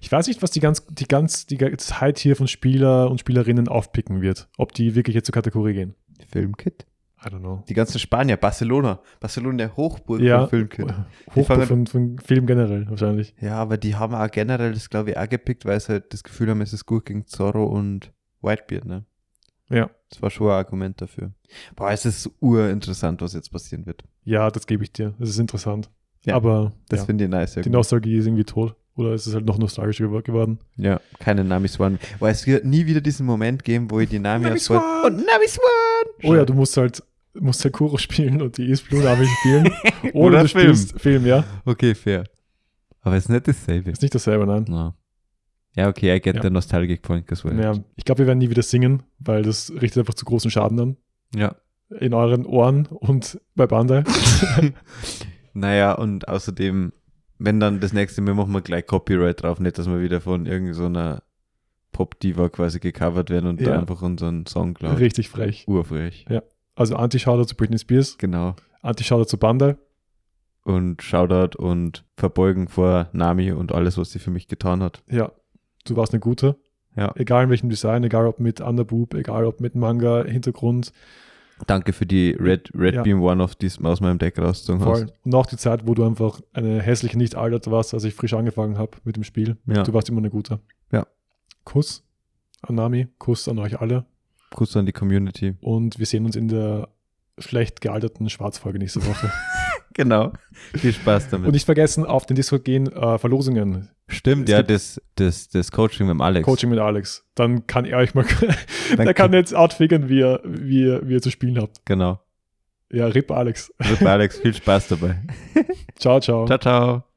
[SPEAKER 2] Ich weiß nicht, was die ganz, die ganz, die ganz High-Tier von Spieler und Spielerinnen aufpicken wird. Ob die wirklich jetzt zur Kategorie gehen.
[SPEAKER 1] Filmkit?
[SPEAKER 2] I don't know.
[SPEAKER 1] Die ganzen Spanier, Barcelona. Barcelona, der Hochburg
[SPEAKER 2] Ja.
[SPEAKER 1] von Filmkit. Die
[SPEAKER 2] Hoch
[SPEAKER 1] fangen-
[SPEAKER 2] von, von Film generell wahrscheinlich.
[SPEAKER 1] Ja, aber die haben auch generell das, glaube ich, auch gepickt, weil sie halt das Gefühl haben, es ist gut gegen Zorro und Whitebeard, ne?
[SPEAKER 2] Ja.
[SPEAKER 1] Das war schon ein Argument dafür. Boah, es ist urinteressant, was jetzt passieren wird.
[SPEAKER 2] Ja, das gebe ich dir. Das ist interessant.
[SPEAKER 1] Ja,
[SPEAKER 2] aber
[SPEAKER 1] Das
[SPEAKER 2] ja.
[SPEAKER 1] finde ich nice. Ja,
[SPEAKER 2] die
[SPEAKER 1] gut.
[SPEAKER 2] Nostalgie ist irgendwie tot. Oder ist es halt noch nostalgischer gew- geworden?
[SPEAKER 1] ja keine Nami Swan. Boah, es wird nie wieder diesen Moment geben, wo ich die Nami,
[SPEAKER 2] Nami
[SPEAKER 1] als Wort-
[SPEAKER 2] Swan!
[SPEAKER 1] Und Nami Swan!
[SPEAKER 2] Oh ja, du musst halt, musst halt Kuro spielen und die East Blue Nami spielen. Oder,
[SPEAKER 1] Oder
[SPEAKER 2] du
[SPEAKER 1] Film.
[SPEAKER 2] spielst Film, ja.
[SPEAKER 1] Okay, fair. Aber es ist nicht dasselbe.
[SPEAKER 2] Ist nicht dasselbe, nein.
[SPEAKER 1] No. Ja, okay, I get
[SPEAKER 2] Ja.
[SPEAKER 1] the nostalgic point as well.
[SPEAKER 2] Ja, ich glaube, wir werden nie wieder singen, weil das richtet einfach zu großen Schaden an.
[SPEAKER 1] ja.
[SPEAKER 2] In euren Ohren und bei Bandai.
[SPEAKER 1] Naja, und außerdem, wenn dann das nächste Mal machen wir gleich Copyright drauf, nicht, dass wir wieder von irgendeiner Pop-Diva quasi gecovert werden und da
[SPEAKER 2] Ja.
[SPEAKER 1] einfach unseren Song klauen.
[SPEAKER 2] Richtig frech.
[SPEAKER 1] Urfrech.
[SPEAKER 2] Also Anti-Shoutout zu Britney Spears,
[SPEAKER 1] Genau.
[SPEAKER 2] Anti-Shoutout zu Bandai.
[SPEAKER 1] Und Shoutout und Verbeugen vor Nami und alles, was sie für mich getan hat.
[SPEAKER 2] Ja. du warst eine gute.
[SPEAKER 1] Ja.
[SPEAKER 2] Egal in welchem Design, egal ob mit Underboob, egal ob mit Manga-Hintergrund.
[SPEAKER 1] Danke für die Red, Red
[SPEAKER 2] Ja.
[SPEAKER 1] Beam One-Off, die du aus meinem Deck rausgezogen hast.
[SPEAKER 2] Voll. Und auch die Zeit, wo du einfach eine hässliche nicht altert warst, als ich frisch angefangen habe mit dem Spiel.
[SPEAKER 1] Ja.
[SPEAKER 2] Du warst immer eine gute.
[SPEAKER 1] Ja.
[SPEAKER 2] Kuss an Nami, Kuss an euch alle.
[SPEAKER 1] Kuss an die Community.
[SPEAKER 2] Und wir sehen uns in der schlecht gealterten Schwarzfolge nächste Woche.
[SPEAKER 1] Genau. Viel Spaß damit.
[SPEAKER 2] Und nicht vergessen, auf den Discord gehen äh, Verlosungen.
[SPEAKER 1] Stimmt,
[SPEAKER 2] Es
[SPEAKER 1] ja,
[SPEAKER 2] gibt-
[SPEAKER 1] das, das, das Coaching mit dem Alex.
[SPEAKER 2] Coaching mit Alex. Dann kann er euch mal,
[SPEAKER 1] Danke.
[SPEAKER 2] der kann jetzt outfiguren, wie ihr, wie, ihr, wie ihr zu spielen habt.
[SPEAKER 1] Genau.
[SPEAKER 2] Ja, RIP Alex.
[SPEAKER 1] Mit Alex, viel Spaß dabei.
[SPEAKER 2] Ciao, ciao.
[SPEAKER 1] Ciao, ciao.